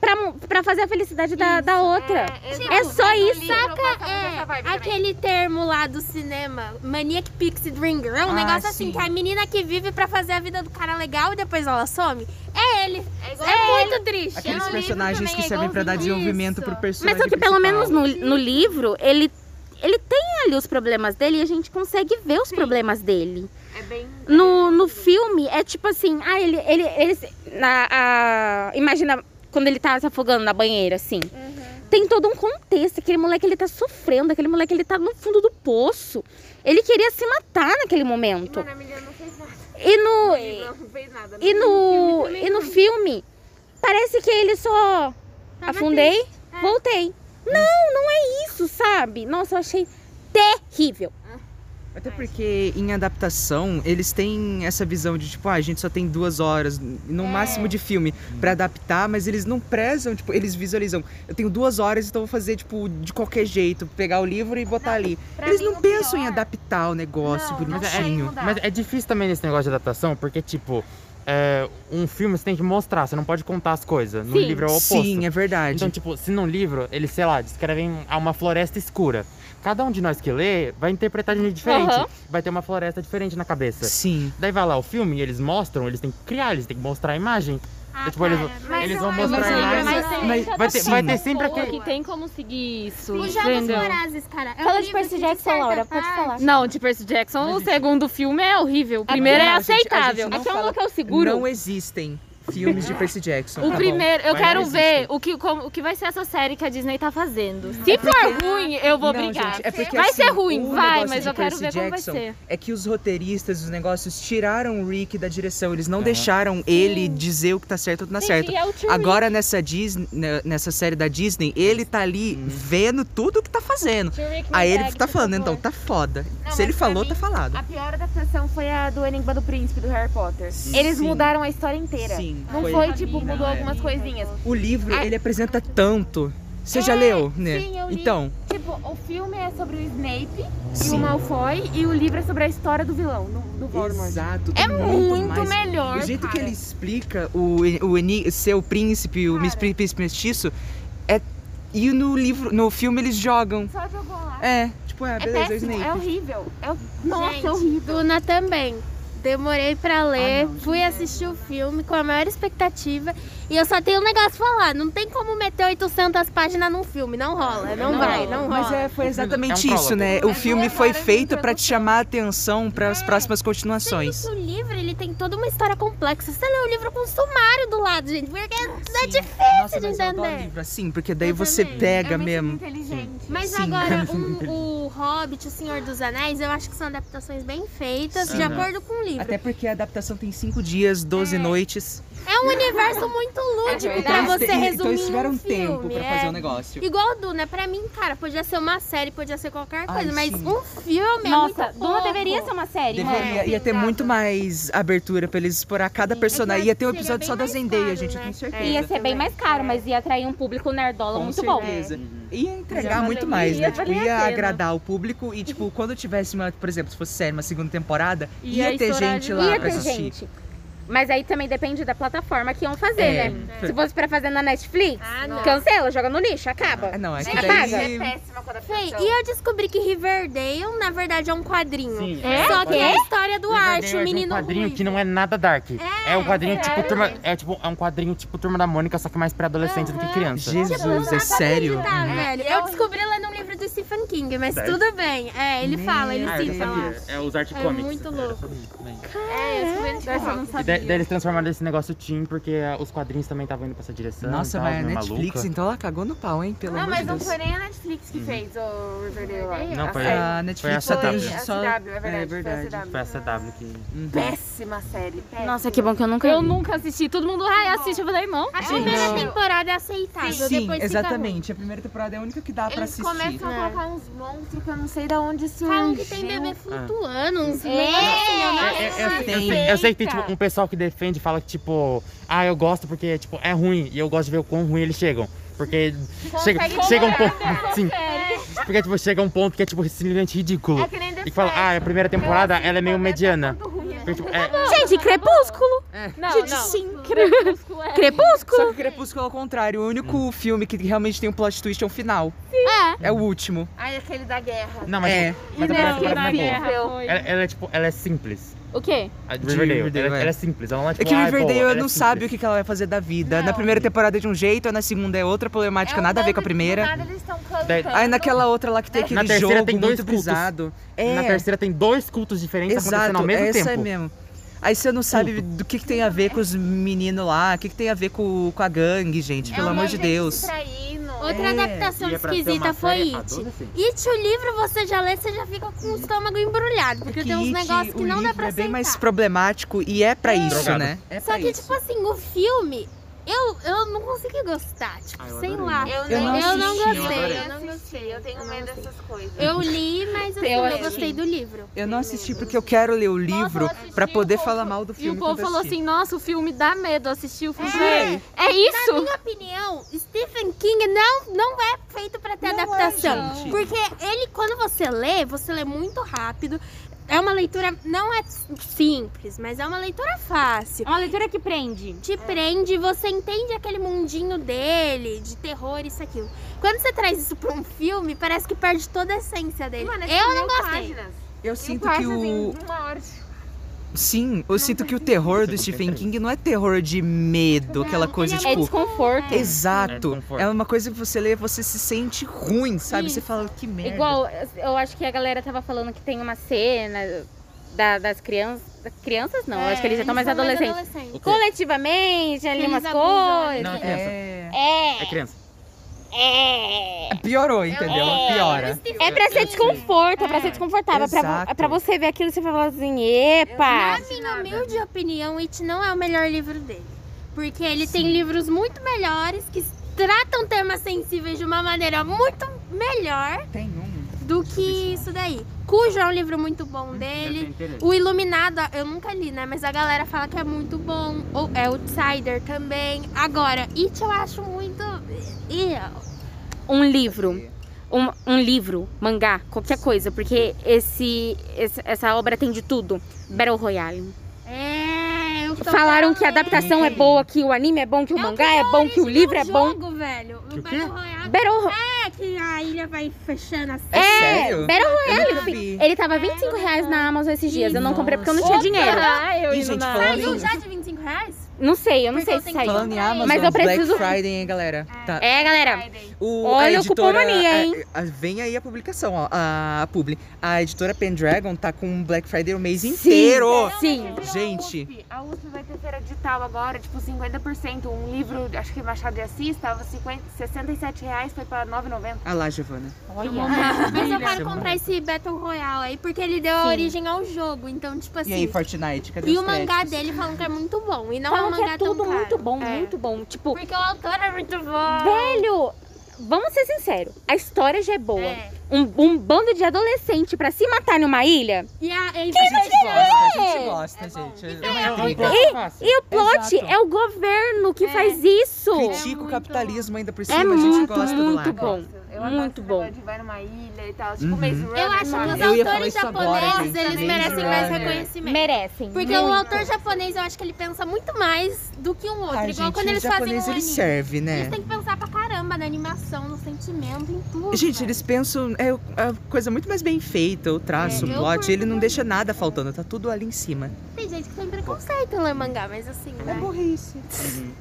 Speaker 2: pra, mu- pra fazer a felicidade da, da outra. É só isso.
Speaker 6: Saca é, aquele termo lá do cinema, Maniac Pixie Dream Girl, um
Speaker 4: Ah,
Speaker 6: negócio assim,
Speaker 4: sim.
Speaker 6: que é a menina que vive pra fazer a vida do cara legal e depois ela some. É ele. É, muito triste.
Speaker 4: Aqueles
Speaker 6: É um
Speaker 4: personagens
Speaker 6: livro
Speaker 4: que
Speaker 6: também,
Speaker 4: servem
Speaker 6: é
Speaker 4: pra dar
Speaker 6: igualzinho.
Speaker 4: desenvolvimento
Speaker 6: Isso.
Speaker 4: pro personagem
Speaker 2: Mas só que pelo menos
Speaker 4: principal.
Speaker 2: no, no livro, ele, ele tem ali os problemas dele e a gente consegue ver os problemas dele.
Speaker 7: É bem.
Speaker 2: No, no filme, é tipo assim, ah, ele. ele, ele se- na- a- imagina quando ele tá se afogando na banheira, assim. Tem todo um contexto. Aquele moleque ele tá sofrendo, aquele moleque ele tá no fundo do poço. Ele queria se matar naquele momento.
Speaker 7: Mano, a menina não fez nada.
Speaker 2: E no.
Speaker 7: Ela não fez nada. né?
Speaker 2: E no, e no filme, parece que ele só afundei, voltei. Não, não é isso, sabe? Nossa, eu achei terrível.
Speaker 4: Até porque em adaptação eles têm essa visão de tipo, ah, a gente só tem duas horas no máximo de filme pra adaptar, mas eles não prezam, tipo, eles visualizam, eu tenho duas horas, então eu vou fazer, tipo, de qualquer jeito, pegar o livro e botar ali.
Speaker 7: pra
Speaker 4: Eles
Speaker 7: mim,
Speaker 4: não
Speaker 7: o
Speaker 4: pensam em
Speaker 7: pior-
Speaker 4: adaptar o negócio
Speaker 7: Não, não sei
Speaker 4: bonitinho.
Speaker 7: mudar.
Speaker 5: Mas é difícil também nesse negócio de adaptação, porque, tipo, é, um filme você tem que mostrar, você não pode contar as coisas. No
Speaker 2: Sim.
Speaker 5: livro é o oposto.
Speaker 4: Sim, é verdade.
Speaker 5: Então, tipo, se num livro, eles, sei lá, descrevem uma floresta escura. Cada um de nós que lê vai interpretar de um jeito diferente.
Speaker 2: Aham.
Speaker 5: Vai ter uma floresta diferente na cabeça.
Speaker 4: Sim.
Speaker 5: Daí vai lá o filme e eles mostram, eles têm que criar, eles têm que mostrar a imagem.
Speaker 6: Ah,
Speaker 5: Tipo, eles-
Speaker 6: cara, mas
Speaker 5: eles
Speaker 6: eu
Speaker 5: vão
Speaker 6: acho
Speaker 5: mostrar
Speaker 6: que-
Speaker 5: mais-
Speaker 6: mas-
Speaker 4: mas
Speaker 3: já
Speaker 5: Vai
Speaker 3: tá
Speaker 5: ter, vai
Speaker 4: Sim.
Speaker 5: ter
Speaker 7: um
Speaker 5: sempre
Speaker 3: boa,
Speaker 5: aquele.
Speaker 3: que tem como seguir isso,
Speaker 6: Os Jogos
Speaker 3: entendeu?
Speaker 6: Vorazes, cara. É um
Speaker 3: Fala de
Speaker 6: livro
Speaker 3: Percy
Speaker 6: que,
Speaker 3: Jackson,
Speaker 6: certa
Speaker 3: Laura, pode
Speaker 6: parte-
Speaker 3: falar. Não, de Percy Jackson, o segundo filme é horrível. O primeiro
Speaker 4: não,
Speaker 3: é
Speaker 4: a gente- a gente
Speaker 3: aceitável.
Speaker 4: não
Speaker 3: Aqui é um
Speaker 4: fala-
Speaker 3: local seguro.
Speaker 4: Não existem filmes de Percy Jackson.
Speaker 3: O
Speaker 4: tá bom?
Speaker 3: primeiro, eu
Speaker 5: mas
Speaker 3: quero
Speaker 5: não
Speaker 3: ver
Speaker 5: existe.
Speaker 3: o que, como- o que vai ser essa série que a Disney tá fazendo. Se for ruim, eu vou
Speaker 4: Não,
Speaker 3: brigar.
Speaker 4: gente, é porque,
Speaker 3: vai
Speaker 4: assim,
Speaker 3: ser ruim,
Speaker 4: o
Speaker 3: vai,
Speaker 4: negócio
Speaker 3: mas
Speaker 4: de
Speaker 3: eu quero
Speaker 4: Percy
Speaker 3: ver como vai
Speaker 4: Jackson
Speaker 3: ser.
Speaker 4: é que os roteiristas, os negócios, tiraram o Rick da direção. Eles não
Speaker 5: Aham.
Speaker 4: deixaram ele dizer o que tá certo ou o que não tá certo.
Speaker 3: E é o tio
Speaker 4: Agora nessa Disney, né, nessa série da Disney, ele tá ali vendo tudo o que tá fazendo. Aí ele tá falando, então tá foda.
Speaker 7: Não,
Speaker 4: Se ele
Speaker 7: mas pra
Speaker 4: falou,
Speaker 7: mim,
Speaker 4: tá falado.
Speaker 7: A pior adaptação foi a do Enigma do Príncipe, do Harry Potter.
Speaker 4: Sim.
Speaker 7: Eles mudaram a história inteira.
Speaker 4: Sim.
Speaker 7: Não foi, tipo,
Speaker 4: Não,
Speaker 7: mudou
Speaker 4: é.
Speaker 7: algumas coisinhas.
Speaker 4: O livro, ele apresenta tanto. Você já leu, né?
Speaker 7: sim, eu li.
Speaker 4: Então,
Speaker 7: Tipo, o filme é sobre o Snape e o
Speaker 4: sim.
Speaker 7: Malfoy e o livro é sobre a história do vilão, do, do Voldemort.
Speaker 4: Exato.
Speaker 6: É
Speaker 4: tem
Speaker 6: muito
Speaker 4: mais
Speaker 6: melhor,
Speaker 4: O jeito que
Speaker 6: cara.
Speaker 4: ele explica o, en- o eni- seu príncipe, o Miss Príncipe Mestiço, é. E no livro, no filme eles jogam.
Speaker 7: Só jogou lá.
Speaker 4: É, tipo, é,
Speaker 7: É
Speaker 4: beleza,
Speaker 7: péssimo,
Speaker 4: Snape.
Speaker 7: é horrível. É o-
Speaker 6: Gente,
Speaker 7: Nossa, é horrível.
Speaker 6: Duna também. Demorei pra ler,
Speaker 4: Ah, não,
Speaker 6: fui assistir o filme com a maior expectativa e eu só tenho um negócio pra falar, não tem como meter 800 páginas num filme, não rola, não, vai, não rola.
Speaker 4: Mas é, foi exatamente
Speaker 5: É um
Speaker 4: isso, né?
Speaker 5: prólogo.
Speaker 4: O filme foi feito pra te chamar a atenção para as próximas continuações.
Speaker 6: Porque o livro, ele tem toda uma história complexa. Você lê o livro com um sumário do lado, gente, porque é difícil.
Speaker 4: Nossa,
Speaker 6: de
Speaker 4: mas eu adoro
Speaker 6: entender.
Speaker 4: livro assim, porque daí
Speaker 6: Eu
Speaker 4: você
Speaker 6: também.
Speaker 4: pega
Speaker 7: é muito
Speaker 4: mesmo.
Speaker 7: inteligente.
Speaker 6: Mas
Speaker 4: Sim.
Speaker 6: agora,
Speaker 4: *laughs*
Speaker 6: um- o Hobbit, o Senhor dos Anéis, eu acho que são adaptações bem feitas, de
Speaker 4: Sim.
Speaker 6: acordo com o livro.
Speaker 4: Até porque a adaptação tem cinco dias, 12 noites.
Speaker 6: É um universo muito lúdico pra
Speaker 4: eles
Speaker 6: você
Speaker 4: te-
Speaker 6: resumir
Speaker 4: É então eles tiveram
Speaker 6: um filme.
Speaker 4: tempo pra
Speaker 6: é.
Speaker 4: fazer o negócio.
Speaker 6: Igual o Duna, pra mim, cara, podia ser uma série, podia ser qualquer
Speaker 4: Ai,
Speaker 6: coisa, mas
Speaker 4: sim.
Speaker 6: um filme é
Speaker 2: Nossa,
Speaker 6: muito
Speaker 2: Duna
Speaker 6: pouco.
Speaker 2: deveria ser uma série, né?
Speaker 4: Deveria, ia ter
Speaker 6: exato.
Speaker 4: muito mais abertura pra eles explorar cada
Speaker 6: É
Speaker 4: personagem.
Speaker 6: que
Speaker 4: Ia ter um
Speaker 6: seria
Speaker 4: episódio
Speaker 6: bem
Speaker 4: só da
Speaker 6: mais
Speaker 4: Zendaya,
Speaker 6: caro,
Speaker 4: gente,
Speaker 6: né?
Speaker 4: com certeza.
Speaker 2: É, Ia ser bem mais caro, mas ia atrair um público nerdola
Speaker 4: Com
Speaker 2: muito bom.
Speaker 4: certeza. Ia entregar
Speaker 3: Mas
Speaker 4: muito
Speaker 3: eu
Speaker 4: mais,
Speaker 3: ia
Speaker 4: né? Tipo,
Speaker 3: valer a
Speaker 4: ia
Speaker 3: pena.
Speaker 4: agradar o público e, tipo, quando tivesse uma, por exemplo, se fosse série, uma segunda temporada, ia,
Speaker 3: Ia
Speaker 4: ter
Speaker 3: estourar
Speaker 4: gente
Speaker 3: de-
Speaker 4: lá
Speaker 2: ia
Speaker 4: pra
Speaker 2: ter
Speaker 4: assistir.
Speaker 2: gente. Mas aí também depende da plataforma que iam fazer,
Speaker 4: É.
Speaker 2: né? Se fosse pra fazer na Netflix,
Speaker 6: Ah, não.
Speaker 2: cancela, joga no lixo, acaba.
Speaker 4: Ah, não, é que
Speaker 2: Apaga.
Speaker 4: daí...
Speaker 7: péssima quando a
Speaker 6: Fê, e eu descobri que Riverdale, na verdade, é um quadrinho.
Speaker 5: Sim.
Speaker 6: Só que é a história do
Speaker 5: Riverdale
Speaker 6: Arte, o
Speaker 5: é
Speaker 6: menino
Speaker 5: um quadrinho
Speaker 6: ruivo.
Speaker 5: que não é nada dark. É, um quadrinho tipo turma, é tipo é um quadrinho tipo turma da Mônica, só que mais pra adolescente do que criança.
Speaker 6: Tipo, não dá
Speaker 4: Jesus, é
Speaker 6: pra
Speaker 4: sério?
Speaker 6: acreditar,
Speaker 2: Uhum.
Speaker 4: Hum.
Speaker 6: velho. Eu descobri lá no livro do Stephen King, mas
Speaker 5: Sério?
Speaker 6: tudo bem. É, ele
Speaker 4: Meu
Speaker 6: fala, ele
Speaker 4: Deus.
Speaker 5: Ah, eu já
Speaker 6: cita lá.
Speaker 5: sabia. É os art
Speaker 6: É
Speaker 5: comics.
Speaker 6: muito
Speaker 5: Eu já
Speaker 6: louco.
Speaker 5: sabia também.
Speaker 7: É,
Speaker 3: Dessa eu não
Speaker 5: E
Speaker 3: sabia.
Speaker 5: de, daí eles transformaram esse negócio teen, porque ah, os quadrinhos também estavam indo pra essa direção.
Speaker 4: Nossa,
Speaker 5: e tal,
Speaker 4: mas a
Speaker 5: meio
Speaker 4: Netflix,
Speaker 5: Tá maluca.
Speaker 4: então ela cagou no pau, hein? Pelo
Speaker 7: Não,
Speaker 4: amor de
Speaker 7: mas não
Speaker 4: Deus.
Speaker 7: foi nem a Netflix
Speaker 3: Hum.
Speaker 7: que fez o Riverdale.
Speaker 5: Não, foi
Speaker 7: a série.
Speaker 4: A Netflix
Speaker 5: Foi
Speaker 4: só
Speaker 5: a
Speaker 4: tem
Speaker 5: CW.
Speaker 4: só...
Speaker 7: A CW, é verdade,
Speaker 4: verdade.
Speaker 7: foi a CW.
Speaker 5: Foi a CW que.
Speaker 4: Uhum.
Speaker 7: Péssima série. Péssima.
Speaker 2: Nossa, que bom que eu nunca né?
Speaker 3: Eu
Speaker 2: vi.
Speaker 3: nunca assisti. Todo mundo, ai, assiste. Eu falei, não.
Speaker 6: A
Speaker 7: Gente.
Speaker 6: primeira temporada é aceitável,
Speaker 4: Sim,
Speaker 6: depois
Speaker 4: exatamente. A primeira temporada é a única que dá pra
Speaker 7: Eles
Speaker 4: assistir.
Speaker 7: começam
Speaker 6: É.
Speaker 7: a colocar uns monstros que eu não sei de onde
Speaker 6: fica
Speaker 7: surgiu.
Speaker 6: ruim. Falam que tem bebê flutuando, uns
Speaker 2: É.
Speaker 6: negócios assim, eu não
Speaker 5: É, é, é,
Speaker 6: sei.
Speaker 5: eu, sei, eu sei que tem tipo, um pessoal que defende e fala que, tipo, ah, eu gosto porque tipo, é ruim e eu gosto de ver o quão ruim eles chegam. Porque chega, chega um ponto. Sim. Porque tipo, chega um ponto que é tipo simplesmente ridículo.
Speaker 7: É que nem The
Speaker 5: E fala, ah, a primeira temporada ela é meio mediana.
Speaker 7: Flash,
Speaker 5: Porque, tipo, é,
Speaker 2: Gente, crepúsculo!
Speaker 3: Não,
Speaker 4: Gente,
Speaker 3: não.
Speaker 4: sim.
Speaker 3: Crepúsculo é.
Speaker 2: Crepúsculo!
Speaker 4: Só que Crepúsculo é o contrário. O único filme que realmente tem um plot twist é o final. É. o último.
Speaker 7: Ai, aquele da guerra.
Speaker 5: não, mas,
Speaker 4: É.
Speaker 5: mas a primeira temporada
Speaker 3: na
Speaker 5: não é boa.
Speaker 3: guerra foi.
Speaker 5: Ela, ela é, tipo, ela é simples.
Speaker 3: O quê?
Speaker 5: A de
Speaker 4: De
Speaker 5: Riverdale,
Speaker 4: Riverdale,
Speaker 5: ela,
Speaker 4: é.
Speaker 5: ela é simples. Ela não é, tipo,
Speaker 4: É que
Speaker 5: ah,
Speaker 4: Riverdale
Speaker 5: boa, ela é
Speaker 4: não
Speaker 5: simples.
Speaker 4: sabe o que que ela vai fazer da vida. Na
Speaker 3: Não.
Speaker 4: primeira temporada é de um jeito, na segunda é outra problemática,
Speaker 7: É um
Speaker 4: nada a ver com a
Speaker 7: bando de-
Speaker 4: primeira.
Speaker 7: do nada É. eles estão
Speaker 5: Daí-
Speaker 7: cantando.
Speaker 4: Aí naquela outra lá que tem aquele
Speaker 5: Na terceira
Speaker 4: jogo
Speaker 5: tem dois
Speaker 4: muito
Speaker 5: cultos.
Speaker 4: brisado. É,
Speaker 5: Na terceira tem dois cultos diferentes acontecendo
Speaker 4: exato,
Speaker 5: ao mesmo
Speaker 4: essa é
Speaker 5: tempo.
Speaker 4: mesmo. Aí você não sabe do que, que tem a ver com os meninos lá, o que, que tem a ver com, com a gangue, gente,
Speaker 7: É
Speaker 4: pelo
Speaker 7: um
Speaker 4: amor
Speaker 7: monte
Speaker 4: de
Speaker 7: gente
Speaker 4: Deus.
Speaker 7: se traindo.
Speaker 6: Outra
Speaker 4: É,
Speaker 6: adaptação
Speaker 5: E é pra assim. ser uma
Speaker 6: esquisita foi
Speaker 5: série
Speaker 6: It.
Speaker 5: adolescente.
Speaker 6: It, o livro você já lê, você já fica com o estômago embrulhado, porque tem uns
Speaker 4: It,
Speaker 6: negócios que
Speaker 4: o
Speaker 6: não dá
Speaker 4: livro
Speaker 6: pra
Speaker 4: é bem mais
Speaker 6: aceitar.
Speaker 4: problemático e é pra isso,
Speaker 5: Drogado.
Speaker 4: né? É
Speaker 6: Só
Speaker 4: pra
Speaker 6: que,
Speaker 4: isso.
Speaker 6: tipo assim, o filme, eu, eu não consegui gostar, tipo,
Speaker 5: Ah, eu
Speaker 6: sei
Speaker 5: adorei.
Speaker 6: lá.
Speaker 7: Eu
Speaker 4: não
Speaker 7: assisti,
Speaker 6: gostei,
Speaker 7: adorei.
Speaker 6: eu não
Speaker 7: assisti, eu tenho
Speaker 6: eu não
Speaker 7: medo
Speaker 6: gostei.
Speaker 7: dessas coisas.
Speaker 6: Eu li, mas assim,
Speaker 3: Eu
Speaker 6: eu
Speaker 3: assisti.
Speaker 6: gostei do livro.
Speaker 4: Eu não assisti porque eu quero ler o livro
Speaker 3: assisti,
Speaker 4: pra
Speaker 3: o
Speaker 4: poder
Speaker 3: povo-
Speaker 4: falar mal do
Speaker 3: E
Speaker 4: filme.
Speaker 3: o povo
Speaker 4: quando eu
Speaker 3: falou
Speaker 4: assisti.
Speaker 3: assim, nossa, o filme dá medo assistir o filme.
Speaker 6: É.
Speaker 3: É
Speaker 6: Na
Speaker 3: isso?
Speaker 6: minha opinião, Stephen King não, não é feito pra ter adaptação.
Speaker 4: gente.
Speaker 6: porque ele, quando você lê, você lê muito rápido. É uma leitura, não é simples, mas é uma leitura fácil.
Speaker 2: É uma leitura que prende.
Speaker 6: Te prende, você entende aquele mundinho dele, de terror, isso, aquilo. Quando você traz isso pra um filme, parece que perde toda a essência dele.
Speaker 7: Mano, esse
Speaker 6: eu
Speaker 7: filme
Speaker 6: não
Speaker 7: é
Speaker 6: gostei.
Speaker 7: páginas.
Speaker 4: Eu
Speaker 7: Mil
Speaker 4: sinto que
Speaker 7: páginas
Speaker 4: o.
Speaker 7: em uma hora.
Speaker 4: Sim, eu sinto que o terror do Stephen King não é terror de medo, aquela coisa
Speaker 2: É
Speaker 4: tipo.
Speaker 2: desconforto.
Speaker 5: É
Speaker 4: Exato.
Speaker 5: desconforto.
Speaker 4: É uma coisa que você lê, você se sente ruim, sabe? Você fala que É merda.
Speaker 2: Igual, eu acho que a galera tava falando que tem uma cena da- das crianças. Crianças
Speaker 6: É,
Speaker 2: não, eu acho que eles já estão É, tá mais adolescentes.
Speaker 5: O quê?
Speaker 2: Coletivamente, ali
Speaker 6: Eles
Speaker 2: umas
Speaker 6: abusam,
Speaker 2: coisas.
Speaker 5: Não, é criança.
Speaker 4: É.
Speaker 5: É criança.
Speaker 4: Piorou, entendeu? Piora.
Speaker 2: É pra ser desconforto, é pra ser desconfortável. É pra, vo-
Speaker 4: Exato.
Speaker 2: é pra você ver aquilo e você falar assim, epa!
Speaker 6: Na minha humilde opinião, It não é o melhor livro dele. Porque ele tem livros muito melhores que tratam temas sensíveis de uma maneira muito melhor
Speaker 4: Tem um.
Speaker 6: do que isso daí. Cujo é um livro muito bom dele. O Iluminado, eu nunca li, né? Mas a galera fala que é muito bom. Ou é Outsider também. Agora, It eu acho muito. Ih,
Speaker 2: Um livro. Um, um livro, mangá, qualquer coisa, porque esse, esse- essa obra tem de tudo. Battle Royale.
Speaker 6: É, eu tô
Speaker 2: Falaram que a
Speaker 6: falando.
Speaker 2: adaptação é boa, que o anime Então, é bom, que o
Speaker 6: É o
Speaker 2: mangá é bom, que o livro é
Speaker 6: um
Speaker 2: bom.
Speaker 6: jogo, velho. O
Speaker 5: Que o quê?
Speaker 6: Battle Royale
Speaker 2: Battle Royale.
Speaker 6: é que a ilha vai fechando assim.
Speaker 4: É,
Speaker 2: É,
Speaker 4: sério?
Speaker 2: Battle
Speaker 4: Eu nunca
Speaker 2: Royale.
Speaker 4: vi.
Speaker 2: Ele tava 25 reais na Amazon esses dias. Eu não comprei porque eu não tinha
Speaker 3: Opa,
Speaker 2: dinheiro.
Speaker 3: eu
Speaker 4: Ih,
Speaker 3: indo
Speaker 4: gente,
Speaker 3: na-
Speaker 4: falando
Speaker 6: Saiu
Speaker 4: em-
Speaker 6: Tá já de 25 reais?
Speaker 2: Não sei, eu não
Speaker 6: Porque
Speaker 2: sei
Speaker 6: eu
Speaker 2: se
Speaker 6: tenho que
Speaker 2: saiu.
Speaker 4: Falando em Amazon,
Speaker 2: Mas eu preciso-
Speaker 4: Black Friday, hein, galera? Tá.
Speaker 2: É, galera.
Speaker 4: O,
Speaker 2: Olha
Speaker 4: a
Speaker 2: o
Speaker 4: editora,
Speaker 2: Cupomania,
Speaker 4: a-
Speaker 2: hein?
Speaker 4: a- vem aí a publicação, ó, a, a publi. A editora Pendragon tá com Black Friday o mês
Speaker 2: Sim.
Speaker 4: inteiro.
Speaker 2: Sim.
Speaker 4: Gente.
Speaker 7: A USP vai ter feira digital agora, tipo 50%. Um livro, acho que Machado de Assis, tava 50, R$ 67 reais, foi pra R$ 9,90.
Speaker 4: Ah lá, Giovana.
Speaker 6: Mas eu quero
Speaker 4: Semana.
Speaker 6: comprar esse Battle Royale aí, porque ele deu
Speaker 2: Sim.
Speaker 6: a origem ao jogo. Então, tipo assim.
Speaker 4: E aí, Fortnite? Cadê
Speaker 6: e
Speaker 4: os
Speaker 6: o mangá
Speaker 4: créditos?
Speaker 6: dele falam que é muito bom. E não é um
Speaker 2: Falam que
Speaker 6: mangá
Speaker 2: é tudo
Speaker 6: tão caro.
Speaker 2: muito bom,
Speaker 6: É.
Speaker 2: muito bom. Tipo,
Speaker 6: Porque o autor é muito bom.
Speaker 2: velho, vamos ser sinceros. A história já é boa.
Speaker 6: É.
Speaker 2: Um, um bando de adolescente pra se matar numa ilha.
Speaker 6: E a, e tipo,
Speaker 4: A gente gosta, a gente gosta, gente. Eu-
Speaker 5: É um
Speaker 2: muito-
Speaker 5: plot fácil.
Speaker 2: E o plot
Speaker 4: Exato.
Speaker 2: é o governo que faz isso.
Speaker 4: Critica o capitalismo ainda por cima,
Speaker 2: É
Speaker 4: a gente
Speaker 2: muito,
Speaker 4: gosta do
Speaker 2: muito
Speaker 4: lado.
Speaker 2: bom.
Speaker 7: Eu adoro
Speaker 2: Muito
Speaker 7: esse
Speaker 2: bom.
Speaker 7: negócio de Vai numa ilha e tal, tipo
Speaker 4: Uhum.
Speaker 7: Maze Runner.
Speaker 6: Eu acho que os
Speaker 7: sabe?
Speaker 4: Eu ia falar
Speaker 6: autores
Speaker 4: isso agora,
Speaker 6: japoneses,
Speaker 4: gente.
Speaker 6: eles
Speaker 4: Maze
Speaker 6: merecem mais
Speaker 4: Runner.
Speaker 6: reconhecimento.
Speaker 2: Merecem.
Speaker 6: Porque
Speaker 2: muito.
Speaker 6: o autor japonês, eu acho que ele pensa muito mais do que um outro.
Speaker 4: Ai,
Speaker 6: Igual
Speaker 4: gente,
Speaker 6: quando
Speaker 4: o
Speaker 6: eles fazem um
Speaker 4: japonês, ele
Speaker 6: anime.
Speaker 4: serve,
Speaker 6: Eles
Speaker 4: né?
Speaker 6: têm que pensar pra caramba na animação, no sentimento, em tudo. né?
Speaker 4: Gente,
Speaker 6: velho.
Speaker 4: eles pensam... É a coisa muito mais bem feita, o traço,
Speaker 6: É,
Speaker 4: o
Speaker 6: eu
Speaker 4: plot.
Speaker 6: curto
Speaker 4: Ele não
Speaker 6: muito.
Speaker 4: deixa nada faltando, tá tudo ali em cima.
Speaker 6: Tem gente que tem preconceito em ler mangá, mas assim, né?
Speaker 4: burrice.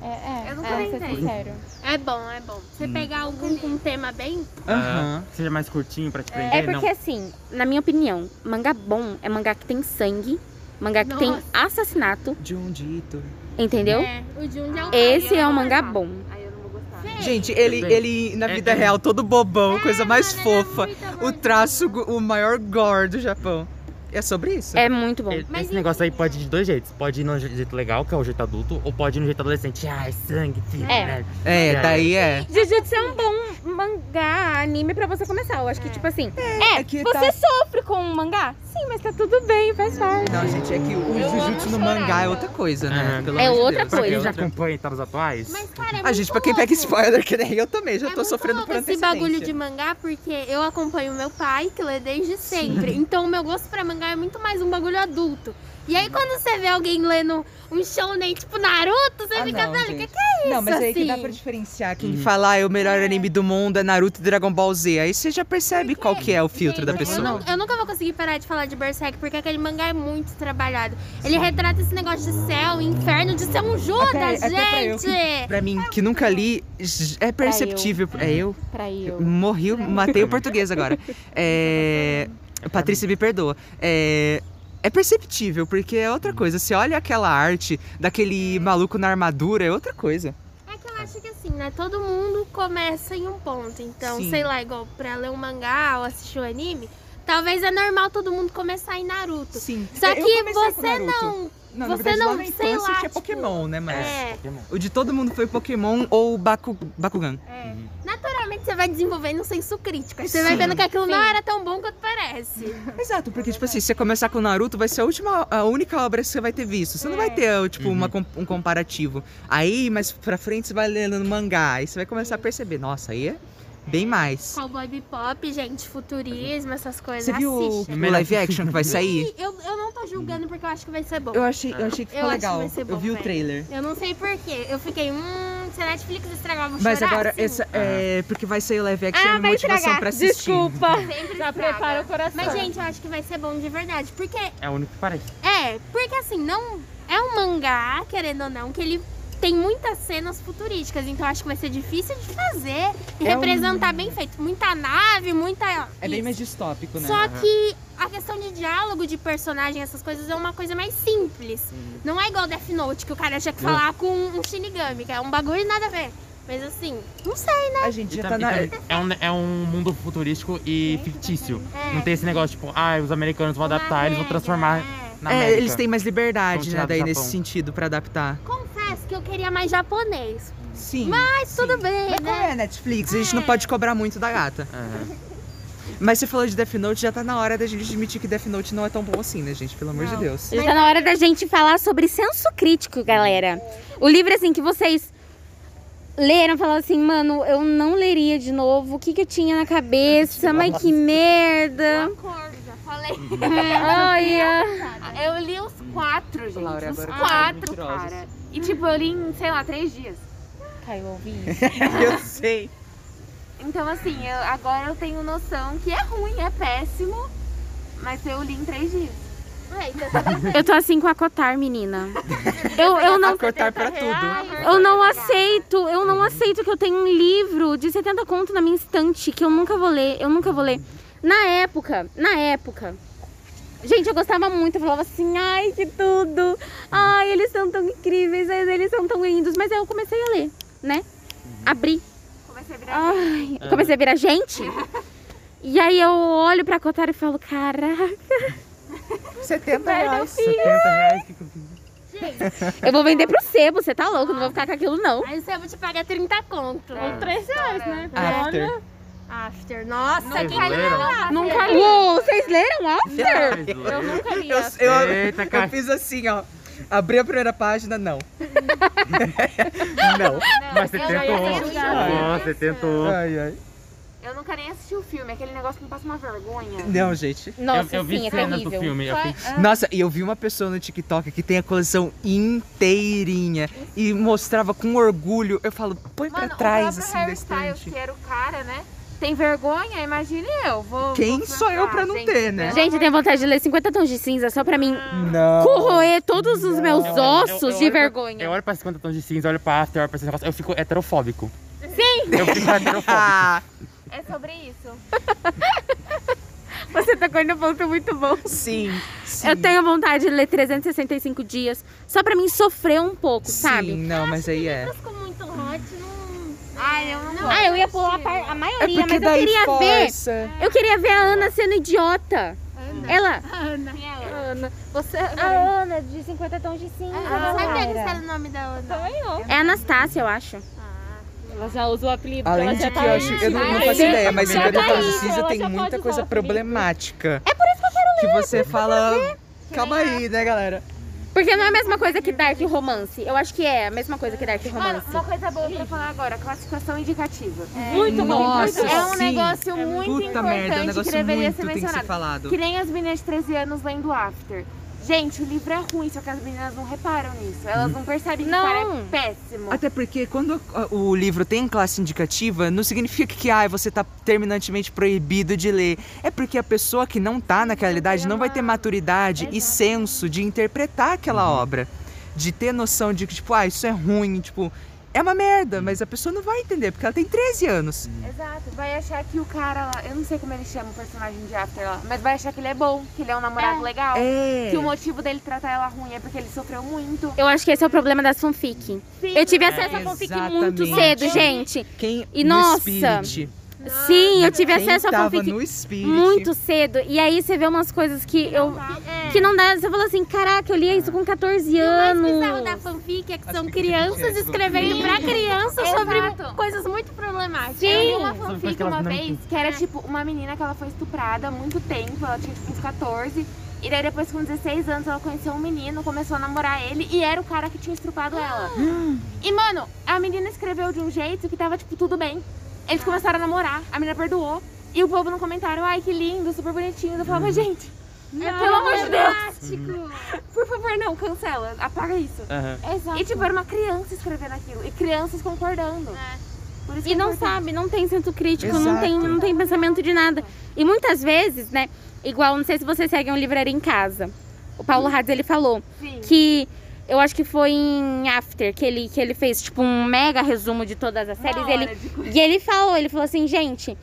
Speaker 3: É, é.
Speaker 7: Eu nunca
Speaker 3: é,
Speaker 7: nem
Speaker 3: vou ser
Speaker 7: dei.
Speaker 3: sincero.
Speaker 6: É bom, é bom. Você
Speaker 4: Hum.
Speaker 6: pegar algum com um tema bem.
Speaker 4: Aham.
Speaker 5: Ah, Seja mais curtinho pra te prender,
Speaker 2: É porque, assim, na minha opinião, mangá bom é mangá que tem sangue, mangá que tem
Speaker 6: Nossa.
Speaker 2: assassinato,
Speaker 4: De um dito.
Speaker 2: entendeu?
Speaker 6: É, o Jun é o
Speaker 2: Esse é um mangá
Speaker 7: gostar.
Speaker 2: bom.
Speaker 7: Aí eu não vou gostar.
Speaker 6: É.
Speaker 4: Gente, ele,
Speaker 5: Também.
Speaker 4: ele na
Speaker 5: É,
Speaker 4: vida
Speaker 5: é.
Speaker 4: real, todo bobão, coisa mais
Speaker 6: mano, ele é
Speaker 4: fofa.
Speaker 6: muito
Speaker 4: o
Speaker 6: amorzinho.
Speaker 4: traço, go- o maior gore do Japão. É sobre isso?
Speaker 2: É muito bom.
Speaker 5: E-
Speaker 6: Mas
Speaker 5: Esse negócio aí pode ir de dois jeitos. Pode ir no je- jeito legal, que é o jeito adulto, ou pode ir no jeito adolescente. Ai, sangue, tira,
Speaker 2: É.
Speaker 5: né?
Speaker 4: É, daí é.
Speaker 2: Jujutsu é um bom mangá, anime pra você começar. Eu acho que, tipo assim, é,
Speaker 4: é que
Speaker 2: você
Speaker 4: tá-
Speaker 2: sofre com um mangá? Sim, mas tá tudo bem, faz parte.
Speaker 4: Não, gente, é que o
Speaker 7: Eu amo
Speaker 4: Jujutsu no
Speaker 7: chorar,
Speaker 4: mangá é
Speaker 7: então.
Speaker 4: outra coisa, né?
Speaker 5: Aham.
Speaker 4: Pelo
Speaker 2: É
Speaker 4: amor de
Speaker 2: outra
Speaker 4: Deus.
Speaker 5: Pra quem
Speaker 2: coisa.
Speaker 5: já acompanha e tá nos atuais,
Speaker 6: Mas, cara, é
Speaker 4: Ah,
Speaker 6: muito
Speaker 4: gente, pra quem pega
Speaker 6: louco.
Speaker 4: spoiler, que nem eu também, já
Speaker 6: É
Speaker 4: tô
Speaker 6: muito
Speaker 4: sofrendo
Speaker 6: louco
Speaker 4: por
Speaker 6: esse
Speaker 4: antecedência.
Speaker 6: bagulho de mangá, porque eu acompanho meu pai, que lê desde sempre. Então, o meu gosto pra mangá é muito mais um bagulho adulto. E aí quando você vê alguém lendo um shonen tipo Naruto, você
Speaker 4: Ah,
Speaker 6: fica,
Speaker 4: não,
Speaker 6: velho, o que,
Speaker 4: gente.
Speaker 6: que é isso?
Speaker 4: Não, mas aí que dá
Speaker 6: assim?
Speaker 4: pra diferenciar quem fala, ah, é o melhor anime do mundo, é Naruto e Dragon Ball Z. Aí você já percebe qual que é o filtro da
Speaker 6: Gente,
Speaker 4: pessoa.
Speaker 6: Eu, nu- eu nunca vou conseguir parar de falar de Berserk, porque aquele mangá é muito trabalhado. Ele retrata esse negócio de céu, inferno, de ser um Judas,
Speaker 4: Até- até pra eu que-
Speaker 6: gente!
Speaker 4: Pra mim, que nunca li, j- é perceptível. É eu?
Speaker 3: Pra eu.
Speaker 4: Morri,
Speaker 6: *laughs*
Speaker 4: eu matei o português agora. É. Patrícia, me perdoa. É. É perceptível, porque é outra coisa. Você olha aquela arte daquele maluco na armadura, é outra coisa.
Speaker 6: É que eu acho que assim, né? Todo mundo começa em um ponto. Então,
Speaker 4: Sim.
Speaker 6: sei lá, igual pra ler um mangá ou assistir um anime, talvez é normal todo mundo começar em Naruto. Então,
Speaker 4: Sim.
Speaker 6: Só que você não.
Speaker 4: Não,
Speaker 6: você não-
Speaker 4: na
Speaker 6: sei
Speaker 4: infância
Speaker 6: lá,
Speaker 4: tinha
Speaker 6: tipo,
Speaker 4: Pokémon, né? Mas.
Speaker 6: É.
Speaker 4: O de todo mundo foi Pokémon ou Baku, Bakugan.
Speaker 5: É. Uhum.
Speaker 6: Naturalmente você vai desenvolvendo um senso crítico. Aí você
Speaker 4: Sim.
Speaker 6: vai vendo que aquilo não era tão bom quanto parece.
Speaker 4: Exato, porque, tipo assim, se você começar com Naruto, vai ser a última, a única obra que você vai ter visto. Você não
Speaker 6: É.
Speaker 4: vai ter, tipo, uma
Speaker 5: Uhum.
Speaker 4: com- um comparativo. Aí, mais pra frente, você vai lendo mangá. Aí você vai começar a perceber, nossa, aí é bem mais.
Speaker 6: Cowboy Bebop, gente, futurismo, essas coisas.
Speaker 4: Você viu o,
Speaker 6: é? Assiste.
Speaker 4: o live action que vai
Speaker 6: *laughs*
Speaker 4: sair?
Speaker 6: Eu, eu não tô julgando porque eu acho que vai ser bom.
Speaker 4: Eu achei, eu achei que ficou
Speaker 6: Eu acho que
Speaker 4: legal.
Speaker 6: vai ser bom,
Speaker 4: eu vi o
Speaker 6: velho.
Speaker 4: trailer.
Speaker 6: Eu não sei porquê. Eu fiquei, hum, se a Netflix estragar, eu vou
Speaker 4: Mas
Speaker 6: chorar,
Speaker 4: agora,
Speaker 6: assim.
Speaker 4: essa, é, porque vai sair o live action,
Speaker 3: Ah,
Speaker 4: é
Speaker 3: vai
Speaker 4: motivação
Speaker 3: estragar.
Speaker 4: pra assistir.
Speaker 3: Desculpa.
Speaker 6: Sempre
Speaker 3: Já
Speaker 6: estraga.
Speaker 3: prepara o coração.
Speaker 4: Tá.
Speaker 6: Mas, gente, eu acho que vai ser bom de verdade. Porque,
Speaker 5: É o único que parece.
Speaker 6: é, porque assim, não. É um mangá, querendo ou não, que ele tem muitas cenas futurísticas. Então, eu acho que vai ser difícil de fazer e
Speaker 4: É um-
Speaker 6: representar bem feito. Muita nave, muita.
Speaker 4: É bem
Speaker 6: isso.
Speaker 4: mais distópico, né?
Speaker 6: Só que a questão de diálogo de personagem, essas coisas, é uma coisa mais simples. Não é igual Death Note, que o cara tinha que falar com um Shinigami, que é um bagulho nada a ver. Mas assim, não sei.
Speaker 4: A gente
Speaker 5: E
Speaker 4: já
Speaker 5: tam-
Speaker 4: tá
Speaker 5: e
Speaker 4: na...
Speaker 5: tam- é, um, é um mundo futurístico e fictício.
Speaker 6: É.
Speaker 5: Não tem esse negócio, tipo, ah, os americanos vão adaptar, eles vão
Speaker 6: Uma
Speaker 5: transformar
Speaker 6: regra, é.
Speaker 5: na
Speaker 4: É,
Speaker 5: América.
Speaker 4: eles têm mais
Speaker 5: Vamos
Speaker 4: liberdade,
Speaker 5: tirar
Speaker 4: né,
Speaker 5: do
Speaker 4: daí, nesse
Speaker 5: Japão.
Speaker 4: sentido, pra adaptar.
Speaker 6: Confesso que eu queria mais japonês.
Speaker 4: Sim.
Speaker 6: Mas tudo bem,
Speaker 4: Mas como
Speaker 6: né?
Speaker 4: é Netflix, a gente não
Speaker 6: É.
Speaker 4: pode cobrar muito da gata.
Speaker 5: Uhum.
Speaker 4: Mas você falou de Death Note, já tá na hora da gente admitir que Death Note não é tão bom assim, né, gente? Pelo amor de Deus.
Speaker 2: Já tá na hora da gente falar sobre senso crítico, galera. O livro, assim, que vocês leram, falaram assim, mano, eu não leria de novo. O que que eu tinha na cabeça? Mas que merda.
Speaker 7: Acorda,
Speaker 2: *laughs*
Speaker 7: falei.
Speaker 2: Olha.
Speaker 7: Eu li os quatro, gente.
Speaker 4: Laura,
Speaker 7: os
Speaker 4: agora tá
Speaker 7: quatro,
Speaker 4: mentirosa.
Speaker 7: cara. E tipo, eu li em, sei lá, três dias.
Speaker 3: Caiu, ouvi.
Speaker 4: *laughs* Eu sei.
Speaker 7: Então, assim, eu- agora eu tenho noção que é ruim, é péssimo. Mas eu li em três dias.
Speaker 6: É, então você vai
Speaker 2: Eu tô assim com a Cotar, menina. Eu, eu não...
Speaker 4: Cortar pra tudo.
Speaker 2: Eu não aceito, eu não aceito que eu tenho um livro de 70 conto na minha estante que eu nunca vou ler, eu nunca vou ler. Na época, na época. Gente, eu gostava muito, eu falava assim, ai, que tudo. Ai, eles são tão incríveis, ai, eles são tão lindos, mas aí eu comecei a ler, né? Abri.
Speaker 7: Uhum. Comecei a virar.
Speaker 2: Ai, eu comecei a virar
Speaker 7: *laughs*
Speaker 2: gente. E aí eu olho pra Kotaro e falo, caraca,
Speaker 4: 70 reais.
Speaker 5: 70 reais que
Speaker 2: eu vou vender pro sebo, você tá louco, não vou ficar com aquilo não.
Speaker 6: Aí você vai te pagar 30
Speaker 7: É.
Speaker 6: conto. Um
Speaker 3: Ou três reais, né?
Speaker 4: After.
Speaker 6: After. Nossa,
Speaker 5: Vocês
Speaker 6: que
Speaker 5: leram?
Speaker 7: Ah,
Speaker 2: Nunca li. Uou, vocês leram After?
Speaker 3: Eu nunca li.
Speaker 4: Eu,
Speaker 3: essa.
Speaker 4: eu-
Speaker 5: Eita,
Speaker 4: eu
Speaker 5: cara.
Speaker 4: fiz assim, ó. Abri a primeira página, não. não.
Speaker 5: Mas você
Speaker 7: Eu já ia
Speaker 5: tentou.
Speaker 7: ser julgada.
Speaker 5: Nossa, Você tentou.
Speaker 4: Ai, ai.
Speaker 7: Eu nunca nem assisti o filme, aquele negócio que me passa uma vergonha.
Speaker 4: Não, gente.
Speaker 2: Nossa,
Speaker 5: eu, eu vi
Speaker 2: sim, é
Speaker 5: cenas
Speaker 2: terrível.
Speaker 5: do filme. Eu fiquei,
Speaker 4: Nossa, e eu vi uma pessoa no TikTok que tem a coleção inteirinha e mostrava com orgulho. Eu falo, põe
Speaker 7: Mano,
Speaker 4: pra trás,
Speaker 7: o
Speaker 4: assim,
Speaker 7: próprio
Speaker 4: da
Speaker 7: Harry Styles,
Speaker 4: estante.
Speaker 7: que era o cara, né? Tem vergonha? Imagine eu. Vou,
Speaker 4: Quem
Speaker 7: vou
Speaker 4: sou eu
Speaker 7: pensar,
Speaker 4: pra não
Speaker 7: gente,
Speaker 4: ter, né?
Speaker 7: pelo
Speaker 2: Gente, eu
Speaker 7: amor
Speaker 2: tenho vontade de ler 50 tons de cinza só pra mim
Speaker 7: Uhum.
Speaker 4: Não.
Speaker 2: corroer todos os meus
Speaker 5: Eu- eu-
Speaker 2: ossos
Speaker 5: eu- eu
Speaker 2: de
Speaker 5: olho pra-
Speaker 2: vergonha.
Speaker 5: Eu olho pra 50 tons de cinza, olho pra after, olho pra esse negócio. assim, Eu fico heterofóbico. Sim! Eu
Speaker 4: *laughs*
Speaker 5: fico heterofóbico.
Speaker 4: Ah,
Speaker 7: É sobre isso.
Speaker 2: Você tá com um ponto muito bom.
Speaker 4: sim, sim.
Speaker 2: Eu tenho vontade de ler 365 dias só pra mim sofrer um pouco,
Speaker 4: Sim,
Speaker 2: sabe?
Speaker 4: não, mas aí é.
Speaker 6: ficou muito hot, não.
Speaker 7: Ai, eu não gosto.
Speaker 2: Ah, eu ia pular a, par- a
Speaker 4: É
Speaker 2: maioria,
Speaker 4: porque
Speaker 2: mas eu
Speaker 4: daí
Speaker 2: queria ver.
Speaker 4: força.
Speaker 2: Eu queria ver a Ana sendo idiota. Ela, É
Speaker 7: Quem é ela?
Speaker 3: Ana, você.
Speaker 2: a Ana de 50 tons de cinza.
Speaker 6: Ah, sabe
Speaker 7: é
Speaker 2: Laura.
Speaker 6: que era o nome da outra?
Speaker 4: Então,
Speaker 3: Também eu.
Speaker 2: É a Anastácia, eu acho.
Speaker 3: Ela já usou o apelido.
Speaker 4: Além
Speaker 3: ela
Speaker 4: de
Speaker 3: já
Speaker 4: que
Speaker 3: tá
Speaker 4: eu acho, eu não, não
Speaker 3: entendendo.
Speaker 4: faço ideia, mas em
Speaker 3: Já tá
Speaker 4: Vereadores
Speaker 3: aí,
Speaker 4: Cinza
Speaker 3: ela
Speaker 4: tem
Speaker 3: já
Speaker 4: muita
Speaker 3: pode
Speaker 4: coisa
Speaker 3: usar o apelido.
Speaker 4: problemática. É por isso que eu quero ler. Que você fala. Calma aí, né, galera?
Speaker 2: Porque não é a mesma coisa que Dark Romance. Eu acho que é a mesma coisa que Dark
Speaker 7: Mano,
Speaker 2: Romance.
Speaker 7: uma coisa boa pra falar agora, classificação indicativa.
Speaker 3: Muito bom.
Speaker 4: Nossa,
Speaker 3: muito bom.
Speaker 7: É um
Speaker 4: sim.
Speaker 7: negócio muito
Speaker 4: Puta merda, é um
Speaker 7: importante que
Speaker 4: negócio
Speaker 7: deveria
Speaker 4: muito
Speaker 7: ser
Speaker 4: tem que ser
Speaker 7: mencionado.
Speaker 4: falado.
Speaker 7: Que nem as meninas de 13 anos lendo After. Gente, o livro é ruim, só que as meninas não reparam nisso. Elas
Speaker 4: Hum.
Speaker 7: não percebem que o
Speaker 2: Não.
Speaker 7: cara é péssimo.
Speaker 4: Até porque quando a- o livro tem classe indicativa, não significa que ah, você tá terminantemente proibido de ler. É porque a pessoa que não tá naquela idade não vai ter maturidade e senso de interpretar aquela obra. De ter noção de que, tipo, ah, isso é ruim, tipo, é uma merda, mas a pessoa não vai entender, porque ela tem 13 anos.
Speaker 7: Exato, vai achar que o cara lá, eu não sei como ele chama o personagem de After lá, mas vai achar que ele é bom, que ele é um namorado legal.
Speaker 4: É.
Speaker 7: Que o motivo dele tratar ela ruim é porque ele sofreu muito.
Speaker 2: Eu acho que esse é o problema das fanfic. eu tive acesso a
Speaker 4: É,
Speaker 2: fanfic muito
Speaker 4: exatamente.
Speaker 2: cedo, gente.
Speaker 4: Quem
Speaker 2: E
Speaker 4: no
Speaker 2: nossa,
Speaker 4: Spirit,
Speaker 2: Sim, eu tive
Speaker 4: quem
Speaker 2: acesso a um
Speaker 4: tava
Speaker 2: fanfic
Speaker 4: no Spirit,
Speaker 2: muito cedo. E aí você vê umas coisas que eu.
Speaker 7: é.
Speaker 2: Que não dá. Você fala assim, caraca, eu lia isso com 14
Speaker 6: mais
Speaker 2: anos.
Speaker 6: bizarro da fanfic é que
Speaker 4: As
Speaker 6: são
Speaker 4: fanfic
Speaker 6: crianças
Speaker 4: crianças.
Speaker 6: escrevendo pra crianças sobre
Speaker 7: Exato.
Speaker 6: coisas muito problemáticas.
Speaker 7: Eu li uma
Speaker 5: Sobre
Speaker 7: fanfic
Speaker 5: aquelas
Speaker 7: uma
Speaker 5: não-
Speaker 7: vez, que era tipo uma menina que ela foi estuprada há muito tempo, ela tinha tipo uns 14. E daí depois com 16 anos ela conheceu um menino, começou a namorar ele e era o cara que tinha estuprado ela. e mano, a menina escreveu de um jeito que tava tipo tudo bem. Eles começaram a namorar, a menina perdoou. E o povo no comentário, ai que lindo, super bonitinho. Eu falava, gente, pelo amor de Deus, *laughs* por favor não, cancela, apaga isso.
Speaker 5: Aham.
Speaker 6: Exato.
Speaker 7: E tipo, era uma criança escrevendo aquilo. E crianças concordando. Por isso
Speaker 2: E
Speaker 7: que é
Speaker 2: não
Speaker 7: importante.
Speaker 2: sabe, não tem senso crítico, não
Speaker 4: Exato.
Speaker 2: tem, não tem pensamento de nada. E muitas vezes, né? Igual, não sei se vocês seguem um livraria em casa. O Paulo Hades, ele falou
Speaker 7: Sim.
Speaker 2: que eu acho que foi em After que ele, que ele fez tipo um mega resumo de todas as séries. Ele, e ele falou, ele falou assim, gente,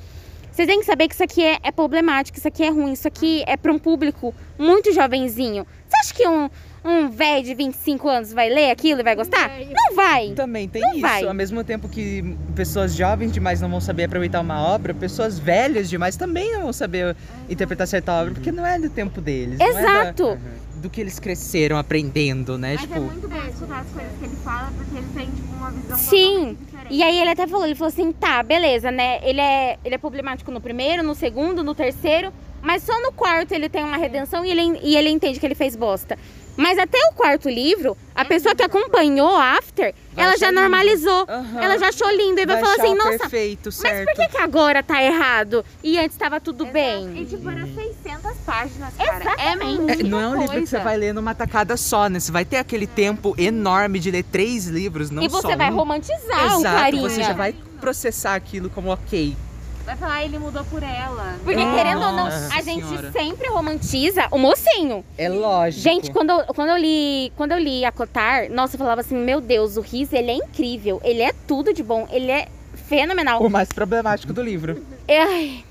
Speaker 2: vocês têm que saber que isso aqui é, é problemático, isso aqui é ruim, isso aqui é pra um público muito jovenzinho. Você acha que um, um velho de 25 anos vai ler aquilo e vai
Speaker 6: Hum.
Speaker 2: gostar?
Speaker 6: É,
Speaker 2: Não vai!
Speaker 4: Também tem isso.
Speaker 2: vai.
Speaker 4: Ao mesmo tempo que pessoas jovens demais não vão saber aproveitar uma obra, pessoas velhas demais também não vão saber interpretar certa obra, porque não é do tempo deles. não é da-
Speaker 2: Exato!
Speaker 4: do que eles cresceram aprendendo, né?
Speaker 7: Mas
Speaker 4: tipo,
Speaker 7: é muito bom escutar as coisas que ele fala, porque ele tem, tipo, uma visão
Speaker 2: Sim.
Speaker 7: totalmente diferente.
Speaker 2: E aí ele até falou, ele falou assim, tá, beleza, né? Ele é, ele é problemático no primeiro, no segundo, no terceiro, mas só no quarto ele tem uma redenção e ele, e ele entende que ele fez bosta. Mas até o quarto livro, a pessoa que acompanhou After,
Speaker 4: Uhum. Vai
Speaker 2: ela
Speaker 4: achar
Speaker 2: já
Speaker 4: lindo.
Speaker 2: normalizou.
Speaker 4: Aham.
Speaker 2: Ela já achou lindo e vai, falar
Speaker 4: achar
Speaker 2: assim,
Speaker 4: o
Speaker 2: nossa,
Speaker 4: perfeito, certo.
Speaker 2: por que, que agora tá errado? E antes tava tudo bem.
Speaker 7: E, tipo, era
Speaker 4: Uhum.
Speaker 7: 600 páginas, cara. É
Speaker 4: É,
Speaker 7: muita
Speaker 4: não é um livro que
Speaker 7: coisa.
Speaker 4: você vai ler numa tacada só, né? Você vai ter aquele tempo enorme de ler três livros, não
Speaker 2: e
Speaker 4: só
Speaker 2: você vai
Speaker 4: um.
Speaker 2: romantizar o
Speaker 4: Exato,
Speaker 2: carinha.
Speaker 4: você já vai processar aquilo como ok.
Speaker 7: Vai falar, ele mudou por ela.
Speaker 2: Porque querendo ou não,
Speaker 4: Nossa
Speaker 2: a gente
Speaker 4: Senhora.
Speaker 2: sempre romantiza o mocinho.
Speaker 4: É lógico.
Speaker 2: Gente, quando eu, quando eu li, quando eu li Acotar, nossa, eu falava assim, meu Deus, o Riz, ele é incrível, ele é tudo de bom, ele é fenomenal.
Speaker 4: O mais problemático do livro.
Speaker 2: Ai,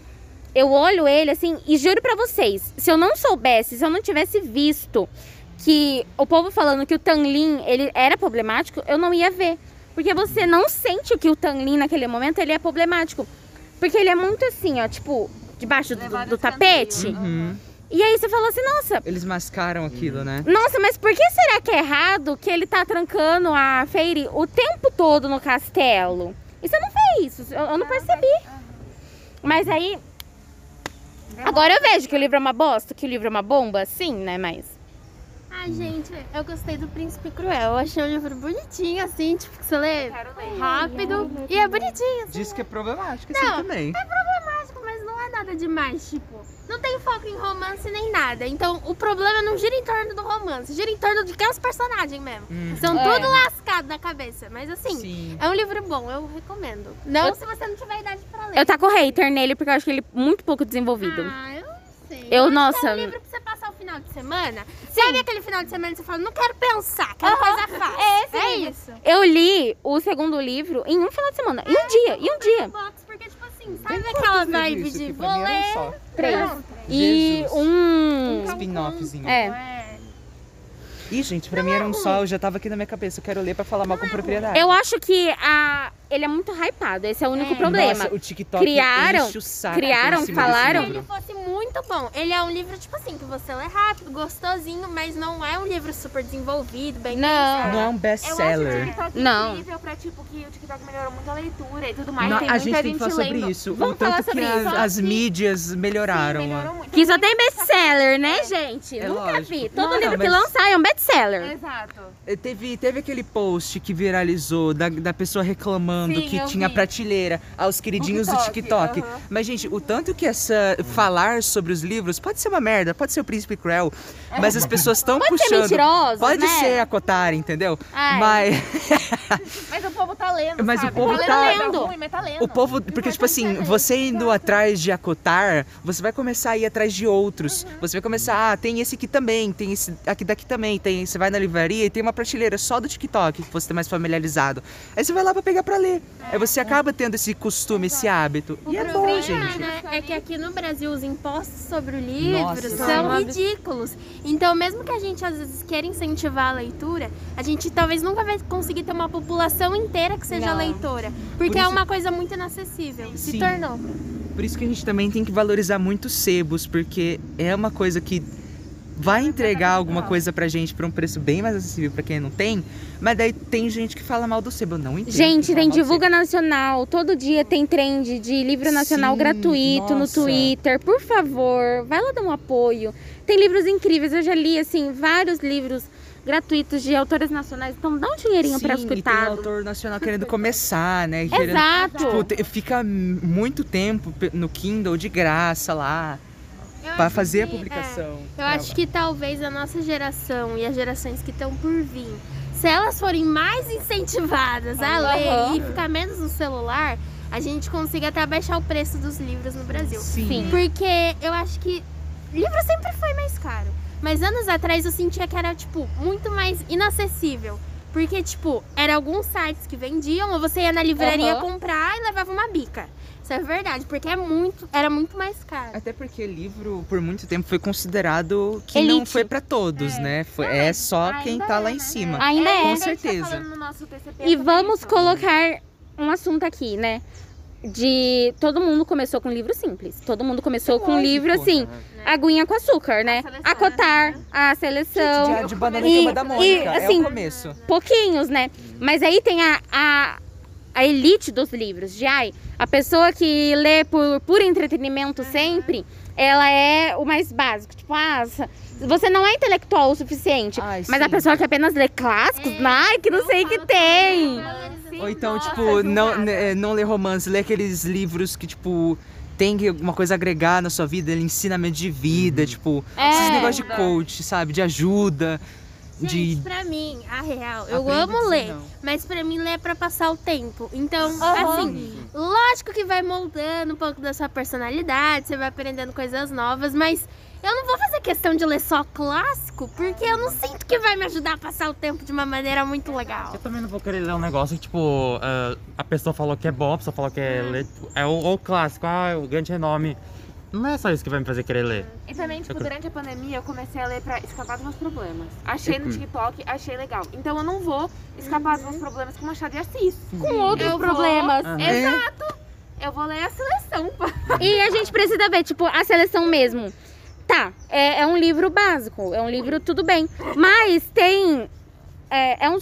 Speaker 2: eu olho ele assim e juro pra vocês, se eu não soubesse, se eu não tivesse visto que o povo falando que o Tanlin, ele era problemático, eu não ia ver. Porque você não sente que o Tanlin naquele momento ele é problemático. Porque ele é muito assim, ó, tipo, debaixo do,
Speaker 7: Levado
Speaker 2: do
Speaker 7: escanteio.
Speaker 2: tapete.
Speaker 4: Uhum.
Speaker 2: E aí você fala assim, nossa,
Speaker 4: Eles mascaram aquilo, né?
Speaker 2: Nossa, mas por que será que é errado que ele tá trancando a Feire o tempo todo no castelo? Isso eu não vê isso, eu, eu não percebi. Mas aí. Agora eu vejo que o livro é uma bosta, que o livro é uma bomba, sim, né? Mas.
Speaker 6: Ah, gente, eu gostei do Príncipe Cruel. Eu achei um livro bonitinho, assim, tipo, que você lê
Speaker 7: Quero ler.
Speaker 6: rápido. E é bonitinho,
Speaker 4: Diz que é problemático assim
Speaker 6: Não,
Speaker 4: também.
Speaker 6: básico, mas não é nada demais, tipo. Não tem foco em romance nem nada. Então, o problema não gira em torno do romance, gira em torno de que é os personagens mesmo.
Speaker 4: Hum.
Speaker 6: São
Speaker 2: É.
Speaker 6: tudo lascado na cabeça. Mas assim,
Speaker 4: Sim.
Speaker 6: é um livro bom, eu recomendo. Não
Speaker 2: Eu-
Speaker 6: se você não tiver idade pra ler.
Speaker 2: Eu taco hater nele porque eu acho que ele é muito pouco desenvolvido.
Speaker 6: Ah, eu não sei.
Speaker 2: Eu,
Speaker 6: acho que
Speaker 2: nossa-
Speaker 6: É um livro pra você passar o final de semana. Sabe aquele final de semana que você fala, não quero pensar, quero coisa fácil. É, esse é isso.
Speaker 2: Eu li o segundo livro em um final de semana, em um dia, em um dia.
Speaker 6: Box, porque, tipo assim, sabe aquela vibe de vou
Speaker 4: um
Speaker 6: ler.
Speaker 2: Três.
Speaker 6: Não,
Speaker 2: E
Speaker 4: Jesus.
Speaker 2: um.
Speaker 4: Spin-offzinho.
Speaker 2: É.
Speaker 6: é.
Speaker 4: Ih, gente, pra mim era um só, eu já tava aqui na minha cabeça, eu quero ler pra falar mal com propriedade.
Speaker 2: Eu acho que a... ele é muito hypado, esse é o único problema.
Speaker 4: Nossa, o TikTok
Speaker 2: Criaram-
Speaker 4: enche o saco
Speaker 2: criaram,
Speaker 4: em cima desse
Speaker 2: falaram.
Speaker 6: Se ele
Speaker 4: livro.
Speaker 6: fosse muito bom. Ele é um livro, tipo assim, que você lê rápido, gostosinho, mas não é um livro super desenvolvido, bem
Speaker 2: Não.
Speaker 6: pensado.
Speaker 4: Não é um
Speaker 7: Eu acho que
Speaker 4: best-seller.
Speaker 7: ele tá
Speaker 6: é
Speaker 2: Não.
Speaker 7: disponível pra tipo, que o TikTok melhorou muito a leitura e tudo mais.
Speaker 4: Não,
Speaker 7: tem
Speaker 4: a
Speaker 7: muita
Speaker 4: gente tem que falar sobre
Speaker 7: lendo.
Speaker 4: isso.
Speaker 2: Vamos
Speaker 4: o tanto
Speaker 2: falar sobre
Speaker 4: que
Speaker 2: isso.
Speaker 4: as, as mídias melhoraram.
Speaker 7: Sim, melhorou
Speaker 4: ó.
Speaker 7: muito.
Speaker 2: Que só tem best-seller, né, gente?
Speaker 4: É
Speaker 2: Nunca
Speaker 4: lógico.
Speaker 2: vi. Todo
Speaker 4: Não, não,
Speaker 2: livro que
Speaker 4: mas-
Speaker 2: lançar é um best-seller.
Speaker 7: Exato.
Speaker 4: Eh, Teve, teve aquele post que viralizou da, da pessoa reclamando
Speaker 7: Sim,
Speaker 4: que
Speaker 7: eu
Speaker 4: tinha
Speaker 7: vi.
Speaker 4: prateleira aos queridinhos
Speaker 7: O
Speaker 4: do TikTok.
Speaker 7: aham.
Speaker 4: Mas, gente, o tanto que essa falar sobre os livros pode ser uma merda, pode ser o Príncipe Creu, mas as pessoas estão
Speaker 2: Pode ser
Speaker 4: puxando.
Speaker 2: é mentiroso,
Speaker 4: Pode
Speaker 2: né? É.
Speaker 4: ser a Kotari, entendeu?
Speaker 2: Ai.
Speaker 4: Mas
Speaker 7: Mas o povo tá lendo,
Speaker 4: Mas o
Speaker 7: sabe?
Speaker 4: povo
Speaker 7: tá
Speaker 4: tá-
Speaker 7: lendo. coisa ruim, mas tá lendo.
Speaker 4: o povo. Porque, tipo assim, você indo atrás de acotar, você vai começar a ir atrás de outros. Você vai começar, ah, tem esse aqui também, tem esse aqui daqui também, tem. Você vai na livraria e tem uma prateleira só do TikTok que você tá mais familiarizado. Aí você vai lá pra pegar pra ler. Aí você acaba tendo esse costume, esse hábito. E é bom, gente.
Speaker 6: né, é que aqui no Brasil os impostos sobre o livro
Speaker 4: Nossa, é um
Speaker 6: são ridículos. Então, mesmo que a gente às vezes queira incentivar a leitura, a gente talvez nunca vai conseguir ter uma população inteira que seja leitora. Porque
Speaker 4: Por
Speaker 6: é
Speaker 4: isso-
Speaker 6: uma coisa muito inacessível.
Speaker 4: Sim.
Speaker 6: Se tornou.
Speaker 4: Por isso que a gente também tem que valorizar muito os sebos, porque é uma coisa que vai entregar alguma coisa pra gente por um preço bem mais acessível pra quem não tem, mas daí tem gente que fala mal do sebo, eu não entendo.
Speaker 2: Gente, tem
Speaker 4: quem fala mal do
Speaker 2: Divulga Nacional. Todo dia tem trend de livro nacional
Speaker 4: Sim,
Speaker 2: gratuito no
Speaker 4: nossa.
Speaker 2: Twitter. Por favor, vai lá dar um apoio. Tem livros incríveis. Eu já li, assim, vários livros gratuitos de autores nacionais. Então dá um
Speaker 4: sebo.
Speaker 2: dinheirinho para os
Speaker 4: Sim, e tem
Speaker 2: coitados.
Speaker 4: autor nacional querendo começar, né? Querendo,
Speaker 2: Exato.
Speaker 4: tipo, te- fica muito tempo pe- no Kindle de graça lá
Speaker 6: Eu
Speaker 4: pra
Speaker 6: acho
Speaker 4: fazer a
Speaker 6: que- é.
Speaker 4: publicação.
Speaker 6: Eu acho que talvez a nossa geração e as gerações que estão por vir, se elas forem mais incentivadas a ler e ficar menos no celular, a gente consiga até baixar o preço dos livros no Brasil.
Speaker 4: Sim.
Speaker 6: Porque eu acho que livro sempre foi mais caro. Mas anos atrás eu sentia que era, tipo, muito mais inacessível. Porque, tipo, era alguns sites que vendiam, ou você ia na livraria
Speaker 3: Aham.
Speaker 6: comprar e levava uma bica. Isso é verdade, porque é muito, era muito mais caro.
Speaker 4: Até porque livro, por muito tempo, foi considerado que não
Speaker 2: Elite.
Speaker 4: foi pra todos, né? Foi, é só quem
Speaker 7: ainda
Speaker 4: tá
Speaker 7: é,
Speaker 4: lá
Speaker 7: né?
Speaker 4: em cima.
Speaker 2: Ainda é.
Speaker 4: Com
Speaker 7: Isso que a gente tá
Speaker 4: certeza.
Speaker 7: falando no nosso TCP
Speaker 2: E
Speaker 7: sobre
Speaker 2: vamos
Speaker 7: isso.
Speaker 6: então.
Speaker 2: colocar um assunto aqui, né? De todo mundo começou com livro simples. Todo mundo começou com livro assim, aguinha com açúcar, né?
Speaker 7: seleção,
Speaker 2: Acotar a seleção.
Speaker 4: Diário de banana
Speaker 2: E-
Speaker 4: e cama da
Speaker 2: e,
Speaker 4: Mônica. é
Speaker 2: assim,
Speaker 4: o começo.
Speaker 2: pouquinhos, né? Mas aí tem a, a, a elite dos livros, de ai, a pessoa que lê por, por entretenimento sempre, ela é o mais básico. Tipo, ah, sa- você não é intelectual o suficiente.
Speaker 4: Ai,
Speaker 2: mas a
Speaker 4: sim.
Speaker 2: pessoa que apenas lê clássicos, ai, que não sei o que tem.
Speaker 4: Ou então, tipo, não, né, não lê romance, lê aqueles livros que, tipo, tem que- alguma coisa a agregar na sua vida, ele ensinamento de
Speaker 6: Uhum.
Speaker 4: vida, tipo,
Speaker 6: É.
Speaker 4: esses negócios de coach, sabe? De ajuda,
Speaker 6: Gente,
Speaker 4: de.
Speaker 6: pra mim, a real, eu
Speaker 4: Aprenda
Speaker 6: amo
Speaker 4: assim,
Speaker 6: ler,
Speaker 4: não.
Speaker 6: mas pra mim ler é pra passar o tempo. Então, assim,
Speaker 4: Uhum.
Speaker 6: lógico que vai moldando um pouco da sua personalidade, você vai aprendendo coisas novas, mas eu não vou fazer questão de ler só clássico, porque eu não sinto que vai me ajudar a passar o tempo de uma maneira muito legal.
Speaker 5: Eu também não vou querer ler um negócio que, tipo, ah, a pessoa falou que é bom, a pessoa falou que é, le- é o, o clássico, ah, o grande renome. Não é só isso que vai me fazer querer ler.
Speaker 7: E também, tipo,
Speaker 5: Eu-
Speaker 7: durante a pandemia eu comecei a ler pra escapar dos meus problemas. Achei
Speaker 4: É
Speaker 7: no TikTok, achei legal. Então eu não vou escapar dos meus
Speaker 2: Uhum.
Speaker 7: problemas com Machado de Assis.
Speaker 2: Com outros
Speaker 7: Eu vou-
Speaker 2: problemas.
Speaker 6: É
Speaker 4: É,
Speaker 7: Exato! Eu vou ler a seleção. pá.
Speaker 2: E a gente precisa ver, tipo, a seleção mesmo. Tá, é, é um livro básico, é um livro tudo bem. Mas tem. É, é um,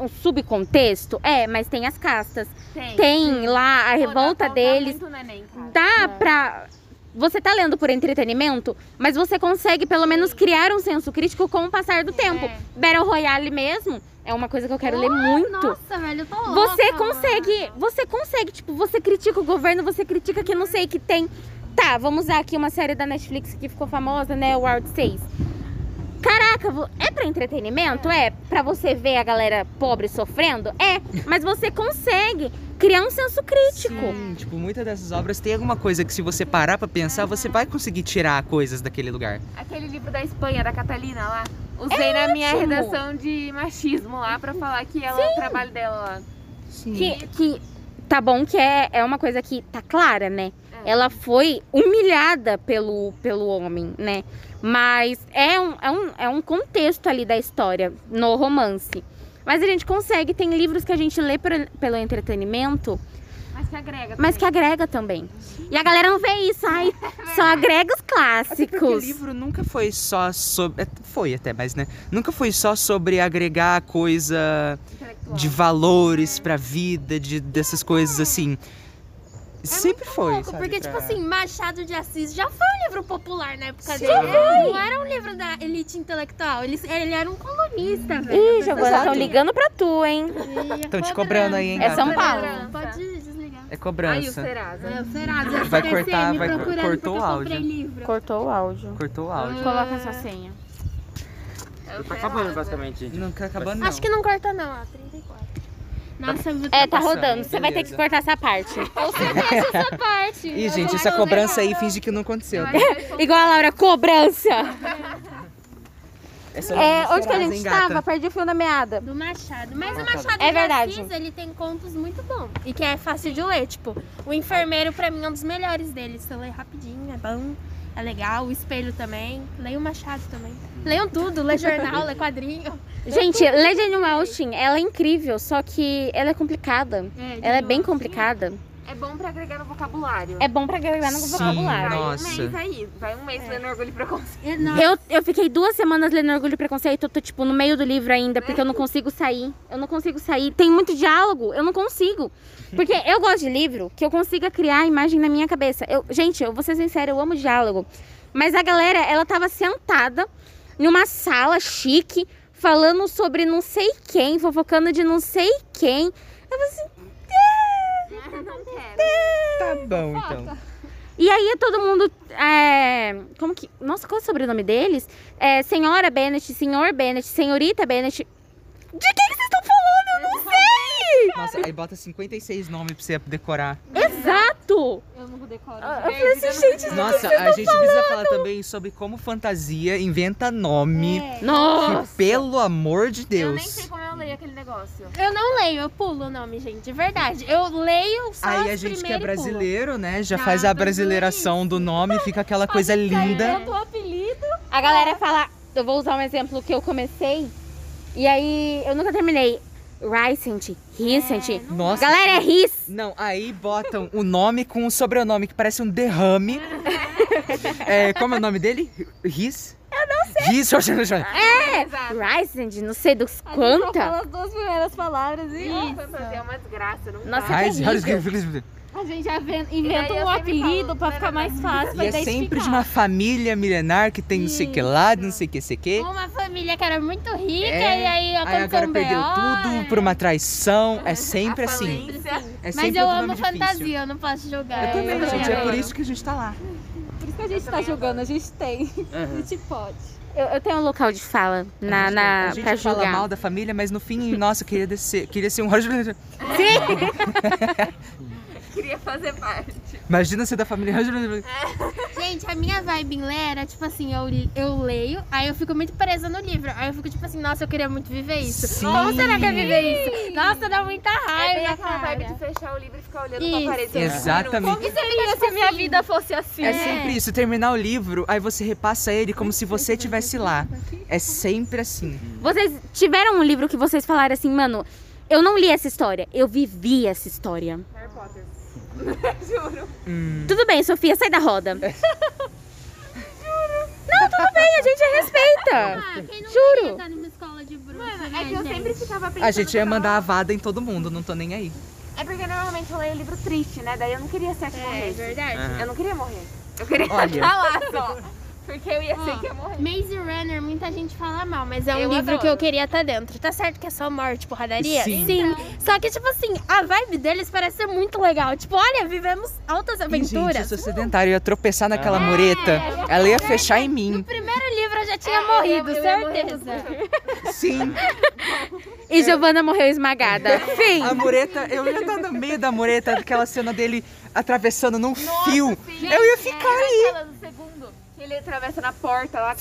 Speaker 2: um subcontexto? É, mas tem as castas.
Speaker 7: Tem.
Speaker 2: Tem lá a
Speaker 7: Pô, dá pra
Speaker 2: revolta
Speaker 7: voltar
Speaker 2: deles.
Speaker 7: muito no Enem, cara. É.
Speaker 2: Dá pra. Você tá lendo por entretenimento, mas você consegue pelo menos criar um senso crítico com o passar
Speaker 7: É.
Speaker 2: do tempo.
Speaker 6: É.
Speaker 2: Battle Royale mesmo é uma coisa que eu quero ler muito.
Speaker 6: Nossa, velho, eu tô louca.
Speaker 2: Você
Speaker 6: mano.
Speaker 2: consegue, você consegue, tipo, você critica o governo, você critica que não sei que tem. Tá, vamos usar aqui uma série da Netflix que ficou famosa, né? O World 6. Caraca, vo- é pra entretenimento? É. Pra você ver a galera pobre sofrendo? É. Mas você consegue criar um senso crítico.
Speaker 4: Sim, tipo, muitas dessas obras tem alguma coisa que se você parar pra
Speaker 6: Uhum.
Speaker 4: pensar, você vai conseguir tirar coisas daquele lugar.
Speaker 7: Aquele livro da Espanha, da Catalina lá. Usei na minha
Speaker 2: ótimo.
Speaker 7: redação de machismo lá pra falar que ela, o trabalho dela lá.
Speaker 4: Sim.
Speaker 2: Que, que tá bom que é, é uma coisa que tá clara, né?
Speaker 7: É.
Speaker 2: Ela foi humilhada pelo, pelo homem, né? Mas é um, é, um, é um contexto ali da história, no romance. Mas a gente consegue, tem livros que a gente lê pra- pelo entretenimento,
Speaker 7: Mas que agrega.
Speaker 2: mas que
Speaker 7: também.
Speaker 2: agrega também. E a galera não vê isso, ai, só agrega os
Speaker 4: Até porque o
Speaker 2: clássicos.
Speaker 4: livro nunca foi só sobre. é, Foi até, mas né? Nunca foi só sobre agregar coisa.
Speaker 7: Intelectual.
Speaker 4: de valores pra vida, de, dessas coisas assim. Sempre foi.
Speaker 6: Louco,
Speaker 4: sabe,
Speaker 6: porque, tipo
Speaker 4: pra-
Speaker 6: assim, Machado de Assis já foi um livro popular na época dele. Não era um livro da elite intelectual. Ele, ele era um colunista, velho.
Speaker 4: é
Speaker 2: Ih, Giovana, estão ligando pra tu, hein?
Speaker 4: Estão te cobrando aí, hein,
Speaker 2: É São
Speaker 4: gata?
Speaker 2: Paulo.
Speaker 6: Pode desligar.
Speaker 4: É
Speaker 7: Aí o
Speaker 4: cobrança.
Speaker 7: Serasa.
Speaker 6: É, o Serasa,
Speaker 4: Vai
Speaker 6: SPCM,
Speaker 4: cortar, vai-
Speaker 6: procurando
Speaker 4: cortou
Speaker 6: porque
Speaker 4: o
Speaker 6: eu comprei
Speaker 4: áudio.
Speaker 6: livro.
Speaker 2: Cortou o áudio.
Speaker 4: Cortou o áudio.
Speaker 2: Coloca sua senha.
Speaker 5: Tá acabando, basicamente. gente.
Speaker 4: Não tá acabando, não.
Speaker 6: Acho que não corta não, ó, 34. Nossa, eu vou
Speaker 2: É, tá
Speaker 4: passando,
Speaker 2: rodando. Você vai ter
Speaker 4: beleza.
Speaker 2: que cortar essa parte.
Speaker 6: essa parte.
Speaker 4: Ih,
Speaker 6: Eu
Speaker 4: gente,
Speaker 6: vou
Speaker 4: essa
Speaker 6: lá
Speaker 4: cobrança aí
Speaker 6: colocar.
Speaker 4: finge que não aconteceu. tá?
Speaker 2: Igual a Laura, cobrança.
Speaker 4: *laughs* Essa
Speaker 2: É,
Speaker 4: uma
Speaker 2: onde que a
Speaker 4: frase,
Speaker 2: gente
Speaker 4: hein, gata?
Speaker 2: estava? Perdi o fio da meada.
Speaker 6: Do Machado. Mas
Speaker 4: Ah, tá.
Speaker 6: o Machado
Speaker 2: É
Speaker 6: de
Speaker 2: verdade.
Speaker 6: Assis, ele tem contos muito bons. E que é fácil de ler. Tipo, o enfermeiro, pra mim, é um dos melhores deles. Você lê rapidinho, é bom, é legal. O espelho também. Leia o Machado também. Leiam tudo, lê jornal, lê quadrinho.
Speaker 2: Gente, Legend of Austin, ela é incrível, só que ela é complicada.
Speaker 6: de
Speaker 2: Ela é bem
Speaker 6: novo.
Speaker 2: complicada.
Speaker 7: É bom pra agregar no vocabulário.
Speaker 2: É bom pra agregar no
Speaker 4: Sim,
Speaker 2: vocabulário. né?
Speaker 7: Vai um
Speaker 4: Nossa.
Speaker 7: mês aí. Vai um mês lendo Orgulho e *laughs* Preconceito.
Speaker 6: É, não.
Speaker 2: Eu, eu fiquei duas semanas lendo Orgulho e Preconceito, eu tô, tipo, no meio do livro ainda, porque eu não consigo sair. Eu não consigo sair. Tem muito diálogo, eu não consigo. Porque eu gosto de livro que eu consiga criar a imagem na minha cabeça. Eu, gente, eu vou ser sincera, eu amo diálogo. Mas a galera, ela tava sentada numa sala chique, falando sobre não sei quem, fofocando de não sei quem. Eu falei assim,
Speaker 7: Não quero.
Speaker 4: Tá bom, então.
Speaker 2: E aí todo mundo. é, como que. Nossa, qual é o sobrenome deles? É, senhora Bennett, senhor Bennett, senhorita Bennett. De quem que vocês estão falando? Eu não sei!
Speaker 4: Nossa, aí bota 56 nomes pra você decorar.
Speaker 2: Exato!
Speaker 3: Eu não vou decorar.
Speaker 7: Ah,
Speaker 2: Eu falei assim, gente.
Speaker 4: Nossa, a gente precisa falar também sobre como fantasia inventa nome.
Speaker 6: É,
Speaker 2: Nossa!
Speaker 4: Que, pelo amor de
Speaker 7: Eu nem sei
Speaker 4: Deus.
Speaker 7: como eu leio aquele negócio.
Speaker 6: Eu não leio, eu pulo o nome, gente. De verdade. Eu leio só
Speaker 4: Aí a
Speaker 6: os
Speaker 4: gente que é
Speaker 6: primeiros e pulo.
Speaker 4: brasileiro, né? Já
Speaker 6: Tá,
Speaker 4: faz a
Speaker 6: brasileiro.
Speaker 4: brasileiração do nome, fica aquela coisa linda.
Speaker 3: O apelido.
Speaker 2: A galera fala. Eu vou usar um exemplo que eu comecei. E aí eu nunca terminei. Ricent, Ricent.
Speaker 4: Nossa.
Speaker 2: Galera, é Riz.
Speaker 4: Não, aí botam o nome com o sobrenome, que parece um derrame. É, como é o nome dele? Riz? Eu não sei. Riz, Jorge, Jorge.
Speaker 2: Ricent, não sei dos quanta.
Speaker 3: Fala as duas primeiras palavras e.
Speaker 7: Ih, fantasia é uma desgraça. Não
Speaker 2: Nossa,
Speaker 7: dá.
Speaker 2: é
Speaker 4: Riz, Jorge,
Speaker 2: terrível.
Speaker 4: Jorge.
Speaker 3: A gente já ven-
Speaker 7: E daí
Speaker 3: inventa
Speaker 7: eu
Speaker 3: um
Speaker 7: sempre
Speaker 3: apelido
Speaker 7: falo,
Speaker 3: pra ficar mais fácil,
Speaker 4: E
Speaker 3: pra
Speaker 4: é sempre de
Speaker 3: identificar.
Speaker 4: uma família milenar que tem não sei o que lá, não sei o que, sei o que.
Speaker 6: Uma família que era muito rica
Speaker 4: É,
Speaker 6: e aí
Speaker 4: Aí
Speaker 6: aconteceu
Speaker 4: agora
Speaker 6: um
Speaker 4: perdeu
Speaker 6: B.O.,
Speaker 4: tudo é por uma traição. É sempre
Speaker 7: A
Speaker 4: assim.
Speaker 7: falência.
Speaker 4: É
Speaker 6: Mas
Speaker 4: sempre
Speaker 6: eu
Speaker 4: um
Speaker 6: amo
Speaker 4: problema difícil.
Speaker 6: fantasia, eu não posso jogar.
Speaker 4: Eu também,
Speaker 6: não
Speaker 4: gente. É
Speaker 6: jogo.
Speaker 4: por isso que a gente tá lá.
Speaker 3: Por isso que a gente tá jogando, a gente tem. A
Speaker 5: Uhum.
Speaker 3: gente pode.
Speaker 2: Eu, eu tenho um local de fala na, na,
Speaker 4: a gente
Speaker 2: pra
Speaker 4: fala
Speaker 2: julgar.
Speaker 4: mal da família, mas no fim, nossa, eu queria, descer, queria ser um Roger.
Speaker 7: Queria fazer parte.
Speaker 4: Imagina ser da família Roger.
Speaker 6: Gente, a minha vibe em ler era tipo assim: eu, eu leio, aí eu fico muito presa no livro. Aí eu fico tipo assim: nossa, eu queria muito viver isso.
Speaker 4: Sim.
Speaker 6: Como será que é viver isso? Nossa, dá muita
Speaker 7: É bem
Speaker 6: raiva.
Speaker 7: aquela vibe de
Speaker 6: cara.
Speaker 7: fechar o livro e ficar olhando
Speaker 6: Isso.
Speaker 7: pra parede. assim, um
Speaker 4: Exatamente.
Speaker 6: Isso é
Speaker 3: Se a minha vida fosse assim.
Speaker 4: É sempre isso, terminar o livro, aí você repassa ele como se você estivesse lá. É sempre assim.
Speaker 2: Vocês tiveram um livro que vocês falaram assim, mano, eu não li essa história, eu vivi essa história.
Speaker 7: Harry
Speaker 2: *laughs*
Speaker 7: Potter.
Speaker 4: Hum.
Speaker 2: Tudo bem, Sofia, sai da
Speaker 4: *laughs*
Speaker 2: roda. Juro. Não, tudo bem, a gente respeita.
Speaker 6: Ah, quem não
Speaker 2: Juro.
Speaker 6: queria estar numa escola de né, bruxa?
Speaker 7: É que eu sempre ficava pensando...
Speaker 4: A gente é ia
Speaker 7: pra-
Speaker 4: mandar a vada em todo mundo, não tô nem aí.
Speaker 7: É porque normalmente eu leio livro triste, né? Daí eu não queria ser a que
Speaker 6: É
Speaker 7: morresse.
Speaker 6: verdade.
Speaker 7: Eu não queria morrer. Eu queria
Speaker 4: Olha.
Speaker 7: ficar lá só. Porque eu ia ser que ia morrer.
Speaker 6: Maze Runner, muita gente fala mal, mas é um
Speaker 7: Eu
Speaker 6: livro
Speaker 7: adoro.
Speaker 6: que eu queria estar dentro. Tá certo que é só morte, porradaria?
Speaker 4: Sim.
Speaker 7: Então.
Speaker 6: Só que, tipo assim, a vibe deles parece ser muito legal. Tipo, olha, vivemos altas
Speaker 4: Ih, gente, eu
Speaker 6: aventuras.
Speaker 4: sou sedentário, eu ia tropeçar naquela mureta. Ela ia fechar em mim.
Speaker 6: Primeiro livro eu já tinha
Speaker 7: É, eu
Speaker 6: morrido,
Speaker 7: ia- eu ia morrer do
Speaker 6: certeza.
Speaker 4: Sim.
Speaker 2: E Giovana morreu *laughs* esmagada. Fim.
Speaker 4: A mureta, eu ia estar no meio da mureta, aquela cena dele atravessando num fio. Eu ia ficar ali.
Speaker 7: Aquela do segundo, que ele atravessa na porta lá.
Speaker 6: O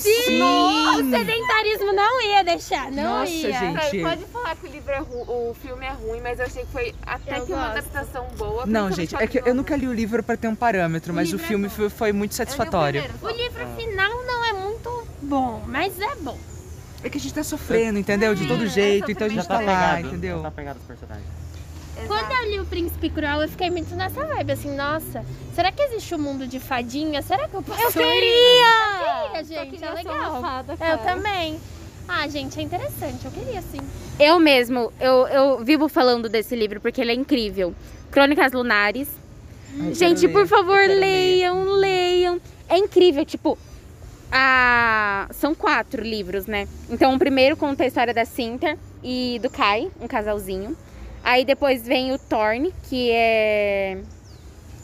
Speaker 6: sedentarismo não ia deixar, não
Speaker 4: Nossa,
Speaker 6: ia.
Speaker 4: gente.
Speaker 7: Sabe, pode falar que o livro é ru... o filme é ruim, mas eu achei que foi até
Speaker 6: Eu
Speaker 7: que uma
Speaker 6: gosto.
Speaker 7: adaptação boa.
Speaker 4: Não,
Speaker 7: principalmente
Speaker 4: gente,
Speaker 7: pra
Speaker 4: é que eu
Speaker 7: criança.
Speaker 4: nunca li o livro pra ter um parâmetro, mas o,
Speaker 6: livro é
Speaker 4: filme
Speaker 6: bom.
Speaker 4: foi, foi muito
Speaker 7: Eu li o
Speaker 4: satisfatório.
Speaker 7: primeiro, só.
Speaker 6: O livro final não é muito bom, mas é bom.
Speaker 4: É que a gente tá sofrendo, entendeu? De todo
Speaker 7: é
Speaker 4: jeito, então a
Speaker 7: sofrimento.
Speaker 4: gente
Speaker 7: Já
Speaker 4: tá lá,
Speaker 5: pegado,
Speaker 4: entendeu?
Speaker 5: Já tá pegado os personagens.
Speaker 7: Exato.
Speaker 6: Quando eu li o Príncipe Cruel, eu fiquei muito nessa vibe, assim, nossa, será que existe um mundo de fadinha? Será que eu posso Eu queria! Eu queria, gente, é legal.
Speaker 3: Fada,
Speaker 6: Eu também. Ah, gente, é interessante. Eu queria sim.
Speaker 2: Eu mesmo, eu, eu vivo falando desse livro porque ele é incrível. Crônicas Lunares.
Speaker 4: Ai,
Speaker 2: Gente,
Speaker 4: quero
Speaker 2: por
Speaker 4: ler,
Speaker 2: favor,
Speaker 4: eu quero ler.
Speaker 2: leiam, leiam. É incrível, tipo, a... são quatro livros, né? Então, o primeiro conta a história da Cinter e do Kai, um casalzinho. Aí depois vem o Thorne, que é.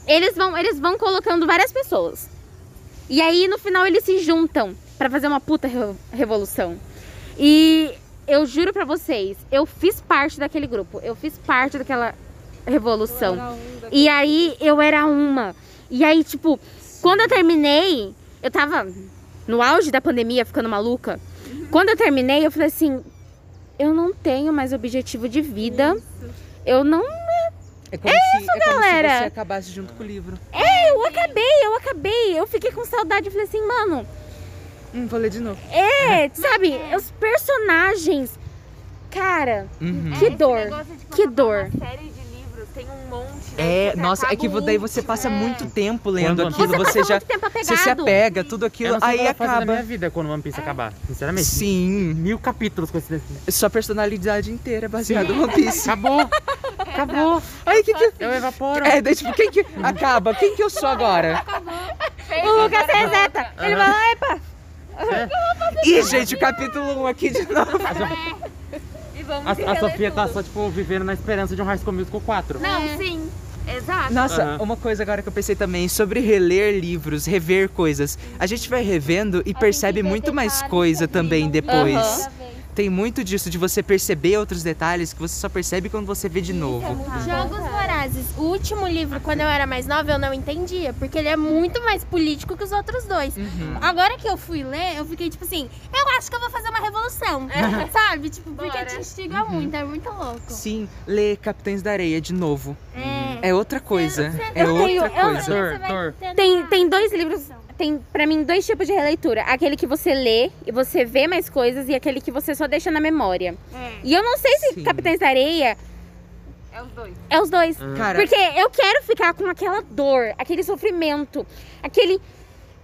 Speaker 2: Eles vão, eles vão colocando várias pessoas. E aí, no final, eles se juntam pra fazer uma puta revo- revolução. E eu juro pra vocês, eu fiz parte daquele grupo. Eu fiz parte daquela revolução. E aí eu era uma. E aí, tipo, quando eu terminei, eu tava no auge da pandemia, ficando maluca. Quando eu terminei, eu falei assim: eu não tenho mais objetivo de vida. Eu não.
Speaker 4: É como, se, é como se
Speaker 2: galera!
Speaker 4: você acabasse junto com o livro.
Speaker 2: Eu acabei, eu acabei. Eu fiquei com saudade. Eu falei assim, mano,
Speaker 4: Hum, vou ler de novo.
Speaker 2: é, sabe? Os personagens. Cara,
Speaker 4: Uhum.
Speaker 2: que dor. que dor.
Speaker 7: Uma série de livros, tem um monte. daí
Speaker 4: É,
Speaker 7: você
Speaker 4: nossa, é
Speaker 7: acaba
Speaker 4: que
Speaker 7: o
Speaker 4: daí você passa muito tempo lendo
Speaker 5: Quando-
Speaker 4: aquilo, você, já
Speaker 2: Muito tempo apegado.
Speaker 4: você se apega, tudo
Speaker 5: Eu
Speaker 4: aquilo,
Speaker 5: não sei o que
Speaker 4: aí
Speaker 5: eu vou fazer na minha
Speaker 4: acaba.
Speaker 5: vida quando One Piece acabar, sinceramente.
Speaker 4: Sim,
Speaker 5: Mil capítulos com esse
Speaker 4: sua personalidade inteira é baseada no One Piece.
Speaker 5: Acabou! Acabou!
Speaker 4: Aí que que
Speaker 5: Eu evaporo!
Speaker 4: é, daí, tipo, quem que acaba? Quem que eu sou agora?
Speaker 2: O Lucas reseta. Ele vai lá,
Speaker 4: Ih, gente, o capítulo 1 aqui de novo.
Speaker 7: E vamos
Speaker 5: A, a
Speaker 7: reler
Speaker 5: Sofia tá
Speaker 7: tudo.
Speaker 5: só, tipo, vivendo na esperança de um High School Musical 4.
Speaker 2: É.
Speaker 7: Não, sim. Exato.
Speaker 4: Nossa,
Speaker 5: Aham.
Speaker 4: uma coisa agora que eu pensei também sobre reler livros, rever coisas. A gente vai revendo e percebe muito mais coisa também depois.
Speaker 2: Aham.
Speaker 4: Tem muito disso de você perceber outros detalhes que você só percebe quando você vê de novo.
Speaker 2: Ah,
Speaker 6: Jogos Vorazes. O último livro, quando eu era mais nova, eu não entendia, porque ele é muito mais político que os outros dois.
Speaker 4: Uhum.
Speaker 6: Agora que eu fui ler, eu fiquei tipo assim, eu acho que eu vou fazer uma revolução.
Speaker 2: É.
Speaker 6: *laughs* Sabe? Tipo, porque
Speaker 7: Bora.
Speaker 6: te instiga
Speaker 2: Uhum.
Speaker 6: muito, é muito louco.
Speaker 4: Sim, ler Capitães da Areia de novo.
Speaker 2: Uhum.
Speaker 6: É.
Speaker 4: É outra coisa. É
Speaker 2: eu tenho-
Speaker 4: outra
Speaker 2: eu-
Speaker 4: coisa.
Speaker 5: Tor, Tor.
Speaker 2: Tem, tem dois livros. Tem pra mim dois tipos de releitura. Aquele que você lê e você vê mais coisas, e aquele que você só deixa na memória. E eu não sei se
Speaker 4: Sim.
Speaker 2: Capitães da Areia
Speaker 7: É os dois.
Speaker 2: é os dois.
Speaker 4: Cara,
Speaker 2: Porque eu quero ficar com aquela dor, aquele sofrimento, aquele.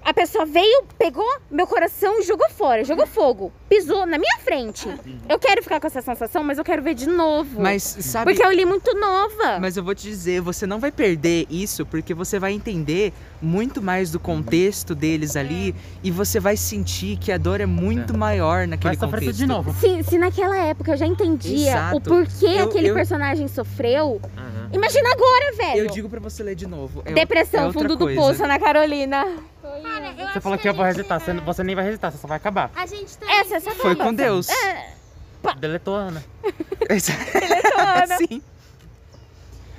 Speaker 2: A pessoa veio, pegou meu coração e jogou fora, jogou fogo, pisou na minha frente. Eu quero ficar com essa sensação, mas eu quero ver de novo.
Speaker 4: mas sabe
Speaker 2: porque eu li muito nova.
Speaker 4: Mas eu vou te dizer, você não vai perder isso porque você vai entender muito mais do contexto
Speaker 5: É.
Speaker 4: deles ali e você vai sentir que a dor é muito maior naquele
Speaker 5: Vai sofrer tudo
Speaker 4: contexto.
Speaker 5: de novo.
Speaker 2: Se, se naquela época eu já entendia
Speaker 4: Exato.
Speaker 2: o porquê
Speaker 4: Eu-
Speaker 2: aquele
Speaker 4: eu-
Speaker 2: personagem sofreu, imagina agora, velho.
Speaker 4: Eu digo pra você ler de novo. É
Speaker 2: Depressão,
Speaker 4: é outra
Speaker 2: fundo do
Speaker 4: coisa.
Speaker 2: poço, Ana Carolina.
Speaker 5: Você falou que eu vou resitar, você, você nem vai resitar, você só vai acabar.
Speaker 6: A gente tá-
Speaker 4: É.
Speaker 6: também.
Speaker 2: Essa, essa
Speaker 4: Foi com Deus.
Speaker 6: É.
Speaker 4: *laughs*
Speaker 5: Deletou a Ana.
Speaker 4: Sim.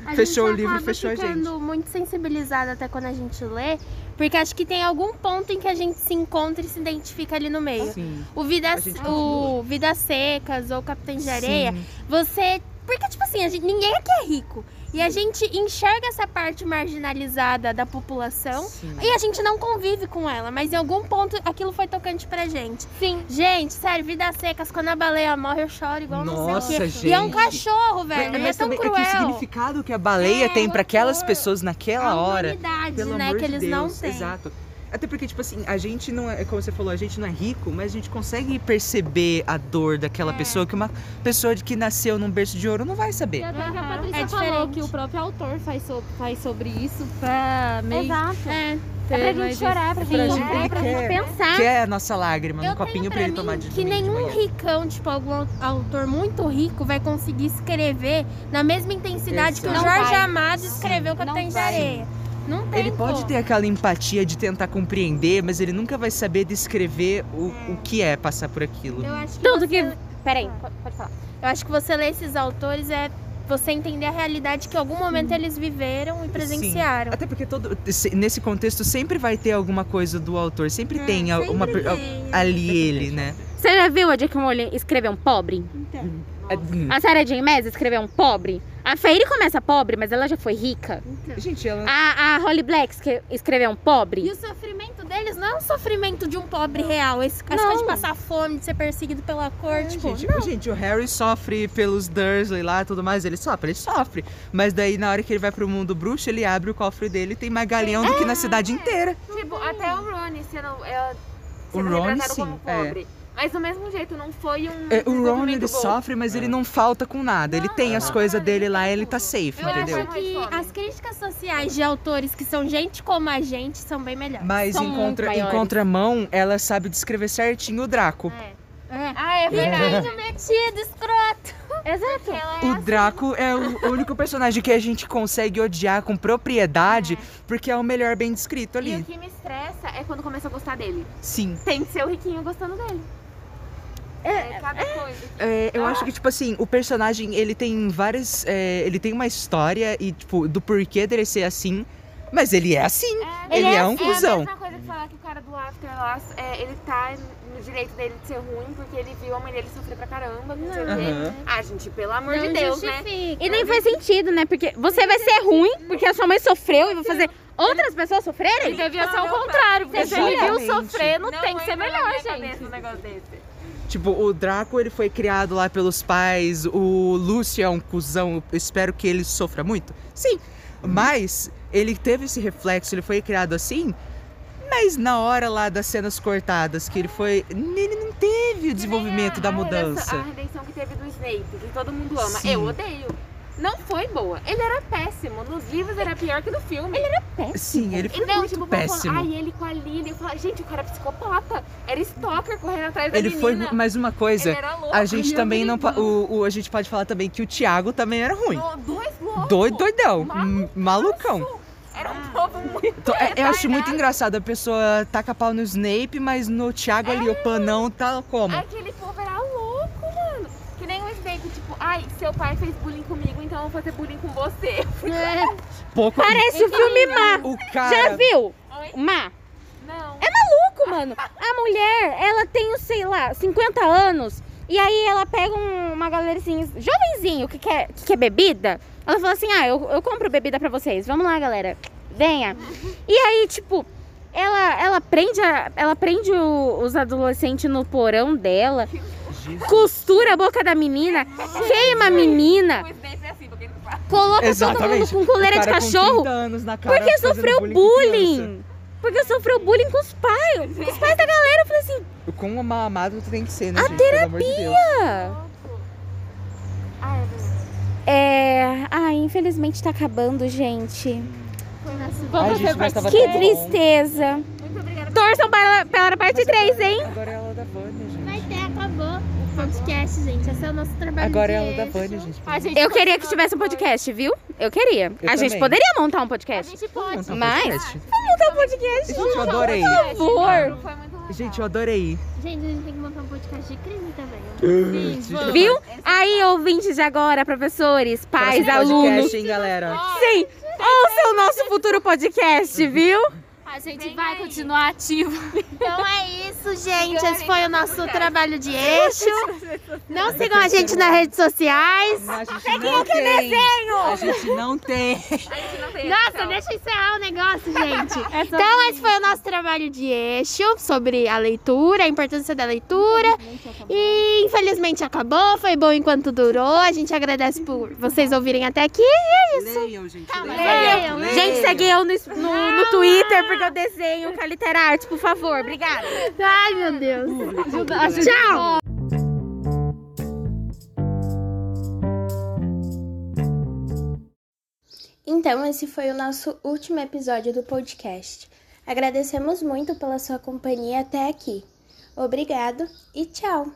Speaker 6: A
Speaker 4: Fechou
Speaker 6: gente
Speaker 4: o livro,
Speaker 6: acaba
Speaker 4: fechou a gente.
Speaker 6: ficando muito sensibilizada até quando a gente lê, porque acho que tem algum ponto em que a gente se encontra e se identifica ali no meio.
Speaker 4: Sim.
Speaker 6: O Vida,
Speaker 4: Ah, A gente
Speaker 6: o Vidas Secas ou Capitães de Areia,
Speaker 4: Sim.
Speaker 6: você. Porque, tipo assim, a gente, ninguém aqui é rico. E a gente enxerga essa parte marginalizada da população
Speaker 4: Sim.
Speaker 6: e a gente não convive com ela, mas em algum ponto aquilo foi tocante pra gente. Sim. Gente, sério, Vidas Secas, quando a baleia morre, eu choro igual não sei o quê.
Speaker 4: Nossa, gente.
Speaker 6: E é um cachorro, velho. e é
Speaker 4: Mas
Speaker 6: tão
Speaker 4: também
Speaker 6: cruel.
Speaker 4: é que o significado que a baleia
Speaker 6: É,
Speaker 4: tem pra aquelas
Speaker 6: horror.
Speaker 4: pessoas naquela
Speaker 6: a
Speaker 4: hora.
Speaker 6: humanidade,
Speaker 4: Pelo
Speaker 6: né,
Speaker 4: amor
Speaker 6: que
Speaker 4: de
Speaker 6: eles
Speaker 4: Deus,
Speaker 6: não têm.
Speaker 4: Exato. Até porque, tipo assim, a gente não é, como você falou, a gente não é rico, mas a gente consegue perceber a dor daquela
Speaker 6: É.
Speaker 4: pessoa que uma pessoa de que nasceu num berço de ouro não vai
Speaker 3: E
Speaker 4: saber.
Speaker 3: até que a Patrícia
Speaker 6: É
Speaker 3: falou
Speaker 6: diferente.
Speaker 3: que o próprio autor faz, so- faz sobre isso pra meio
Speaker 2: Exato.
Speaker 6: É.
Speaker 3: ter
Speaker 2: pra gente
Speaker 3: mais
Speaker 2: chorar, pra
Speaker 3: esse-
Speaker 2: gente-
Speaker 3: gente-
Speaker 2: É pra
Speaker 4: quer,
Speaker 2: pensar.
Speaker 4: quer a nossa lágrima
Speaker 6: Tá. Eu
Speaker 4: num um copinho
Speaker 6: tenho
Speaker 4: pra,
Speaker 6: pra
Speaker 4: ele
Speaker 6: mim
Speaker 4: tomar de
Speaker 6: que
Speaker 4: domingo de
Speaker 6: nenhum
Speaker 4: manhã.
Speaker 6: ricão, tipo algum au- autor muito rico, vai conseguir escrever na mesma intensidade que o
Speaker 4: Exato.
Speaker 6: Jorge
Speaker 2: Não vai.
Speaker 6: Amado escreveu Capitães de
Speaker 2: vai.
Speaker 6: Areia. Não tem
Speaker 4: Ele pode
Speaker 6: como.
Speaker 4: ter aquela empatia de tentar compreender, mas ele nunca vai saber descrever o, o que é passar por aquilo.
Speaker 6: Eu acho que
Speaker 2: Tanto que.
Speaker 6: você-
Speaker 2: Peraí, pode pode falar.
Speaker 6: Eu acho que você ler esses autores é você entender a realidade que em algum momento eles viveram e presenciaram.
Speaker 4: Até porque todo se- nesse contexto sempre vai ter alguma coisa do autor, sempre
Speaker 6: É,
Speaker 4: tem al- uma per- al- ali ele, né?
Speaker 2: Você já viu a Jack Rowling escrever um pobre?
Speaker 4: Hum.
Speaker 2: A Sarah Jane Maas escreveu um pobre? A Fairy começa pobre, mas ela já foi rica.
Speaker 4: Gente, ela
Speaker 2: A, a Holly Black esque- escreveu um
Speaker 6: E
Speaker 2: pobre?
Speaker 6: o sofrimento deles não é um sofrimento de um pobre real. Esse essa
Speaker 2: Não.
Speaker 6: coisa de passar fome, de ser perseguido pela cor,
Speaker 4: É,
Speaker 6: tipo.
Speaker 4: gente, gente, o Harry sofre pelos Dursley lá e tudo mais, ele sofre, ele sofre. Mas daí, na hora que ele vai pro mundo bruxo, ele abre o cofre dele e tem mais galeão do que na cidade inteira.
Speaker 7: Tipo, até o Rony sendo, é,
Speaker 4: O
Speaker 7: sendo
Speaker 4: Rony,
Speaker 7: retratado
Speaker 4: sim,
Speaker 7: como
Speaker 4: é.
Speaker 7: pobre. Mas do mesmo jeito, não foi um.
Speaker 4: É, o Ron
Speaker 7: desenvolvimento
Speaker 4: ele
Speaker 7: bom.
Speaker 4: sofre, mas ele não falta com nada. Ele tem as coisas dele lá, ele tá safe,
Speaker 7: Eu acho
Speaker 4: entendeu?
Speaker 7: que-
Speaker 6: E
Speaker 7: Fome.
Speaker 6: as críticas sociais de autores que são gente como a gente são bem melhores.
Speaker 4: Mas
Speaker 2: são
Speaker 4: em,
Speaker 2: muito
Speaker 4: contra, em
Speaker 2: maiores.
Speaker 4: contramão, ela sabe descrever certinho o Draco.
Speaker 7: Ah, é verdade.
Speaker 5: *laughs*
Speaker 6: Metido, escroto.
Speaker 7: Exato. Ela é
Speaker 4: O Draco é o único personagem que a gente consegue odiar com propriedade, porque é o melhor bem descrito
Speaker 7: E o
Speaker 4: ali.
Speaker 7: que me estressa é quando começa a gostar dele.
Speaker 4: Sim.
Speaker 7: Tem que ser o riquinho gostando dele. É, cada coisa.
Speaker 4: É, eu
Speaker 7: Ah.
Speaker 4: acho que, tipo assim, o personagem, ele tem várias... é, ele tem uma história e, tipo, do porquê dele ser assim, mas ele é assim. Ele é um
Speaker 7: É a
Speaker 4: cuzão.
Speaker 7: mesma coisa que falar que o cara do After lá, é, ele tá no direito dele de ser ruim porque ele viu a mãe dele sofrer pra caramba, não sei o quê.
Speaker 4: Aham.
Speaker 7: Ah, gente, pelo amor
Speaker 6: Não
Speaker 7: de Deus, né?
Speaker 6: Então, justifica.
Speaker 2: E nem faz sentido, né? Porque você vai ser ruim porque a sua mãe sofreu e vai fazer outras pessoas
Speaker 3: E
Speaker 2: sofrerem?
Speaker 3: devia ser o contrário, porque se ele viu
Speaker 4: Exatamente.
Speaker 3: sofrer, não, tem que ser
Speaker 7: entra na
Speaker 3: melhor,
Speaker 7: é minha cabeça
Speaker 3: gente.
Speaker 7: Um negócio desse.
Speaker 4: Tipo, o Draco, ele foi criado lá pelos pais, o Lúcio é um cuzão, eu espero que ele sofra muito. Sim,
Speaker 7: Uhum.
Speaker 4: mas ele teve esse reflexo, ele foi criado assim, mas na hora lá das cenas cortadas, que ele foi... Ele não teve o desenvolvimento da
Speaker 7: A redenção- A
Speaker 4: mudança.
Speaker 7: redenção que teve do Snape, que todo mundo ama.
Speaker 4: Sim.
Speaker 7: Eu odeio. Não foi boa. Ele era péssimo. Nos livros era pior que no filme. Ele é era
Speaker 4: Sim, ele
Speaker 7: Então,
Speaker 4: foi muito péssimo.
Speaker 7: tipo, Ai, ele com a Lily. Eu falava, gente, o cara é psicopata. Era stalker correndo atrás da
Speaker 4: Ele foi
Speaker 7: menina.
Speaker 4: mais uma coisa.
Speaker 7: Ele era louco.
Speaker 4: A gente
Speaker 6: é
Speaker 7: ele
Speaker 4: também
Speaker 7: era
Speaker 4: não. pa- O, o- a gente pode falar também que o Thiago também era ruim.
Speaker 7: doidão. Dois
Speaker 6: Oh,
Speaker 7: loucos.
Speaker 4: Doido, doidão.
Speaker 7: Malucaço.
Speaker 4: Malucão.
Speaker 7: Era um povo muito...
Speaker 4: Então, é- eu acho muito engraçado. A pessoa taca pau no Snape, mas no Thiago ali,
Speaker 6: É.
Speaker 4: o panão tá como?
Speaker 7: Aquele É povo era louco, mano. Que nem o Snape, tipo, ai, seu pai fez bullying comigo, então eu vou fazer bullying com você.
Speaker 4: Pouco.
Speaker 2: Parece o filme Má.
Speaker 4: O
Speaker 2: Já
Speaker 4: cara.
Speaker 2: viu?
Speaker 7: Oi?
Speaker 2: Má.
Speaker 7: Não.
Speaker 2: Pouco, mano. A mulher, ela tem, sei lá, 50 anos. E aí ela pega um- uma galerinha, jovenzinho, que quer, que quer bebida. Ela fala assim, ah, eu, eu compro bebida pra vocês. Vamos lá, galera. Venha. E aí, tipo, ela, ela prende, a- ela prende o- os adolescentes no porão dela. Costura a boca da menina. Queima a menina.
Speaker 7: O Snape é assim, pra quem não sabe.
Speaker 2: Coloca
Speaker 4: Exatamente.
Speaker 2: todo mundo com coleira
Speaker 4: O
Speaker 2: de
Speaker 4: cara com
Speaker 2: cachorro.
Speaker 4: 30 anos na cara,
Speaker 2: Porque
Speaker 4: fazendo
Speaker 2: sofreu
Speaker 4: com
Speaker 2: bullying. Porque sofreu bullying com os pais. Com os pais da galera. Eu falei assim,
Speaker 4: criança. O quão mal amado tu tem que ser, né? A gente, terapia. Pelo amor de Deus.
Speaker 2: ah.
Speaker 7: Ah, é verdade.
Speaker 2: É. Ai, infelizmente tá acabando, gente.
Speaker 4: Ai, gente, mas tava
Speaker 2: que
Speaker 4: tão bom.
Speaker 2: tristeza. Torçam para, para a parte 3, hein?
Speaker 4: Agora é ela da Vânia, gente.
Speaker 6: Vai ter, acabou o podcast, gente. Esse é o nosso trabalho
Speaker 4: Agora é
Speaker 6: de
Speaker 4: ela da
Speaker 6: extra.
Speaker 4: Vânia, gente.
Speaker 7: A gente
Speaker 2: Eu queria que tivesse um podcast, viu? Eu queria.
Speaker 4: Eu
Speaker 2: a gente
Speaker 4: também.
Speaker 2: poderia montar um podcast.
Speaker 7: gente pode.
Speaker 4: Vamos montar um
Speaker 2: Mas-
Speaker 4: podcast?
Speaker 2: Montar um podcast,
Speaker 4: Gente, eu adorei.
Speaker 2: por favor.
Speaker 7: Foi muito legal.
Speaker 4: Gente, eu adorei.
Speaker 6: Gente, a gente tem que montar um podcast de crime
Speaker 4: *laughs*
Speaker 6: também.
Speaker 2: Viu? Aí, ouvintes de agora, professores, pais,
Speaker 4: Próximo
Speaker 2: alunos.
Speaker 4: Podcast, hein, galera?
Speaker 2: Sim, ouça o nosso futuro podcast, viu?
Speaker 6: A gente
Speaker 7: vai
Speaker 6: continuar ativo. Então é isso, gente. Esse foi o nosso trabalho de eixo.
Speaker 4: *laughs*
Speaker 6: Não sigam a gente nas redes sociais.
Speaker 4: A gente não tem. A gente não tem.
Speaker 6: Nossa, deixa eu encerrar o negócio, gente. Então, esse foi o nosso trabalho de eixo sobre a leitura, a importância da leitura. E infelizmente acabou, foi bom enquanto durou. A gente agradece por vocês ouvirem até aqui.
Speaker 4: Leiam, gente.
Speaker 6: Leiam,
Speaker 4: Leiam.
Speaker 2: Tá, Gente, segue eu no, no, no Twitter, porque eu desenho com a Literarte, por favor. Obrigada.
Speaker 6: Ai, meu Deus.
Speaker 1: Então, esse foi o nosso último episódio do podcast. Agradecemos muito pela sua companhia até aqui. Obrigado e tchau!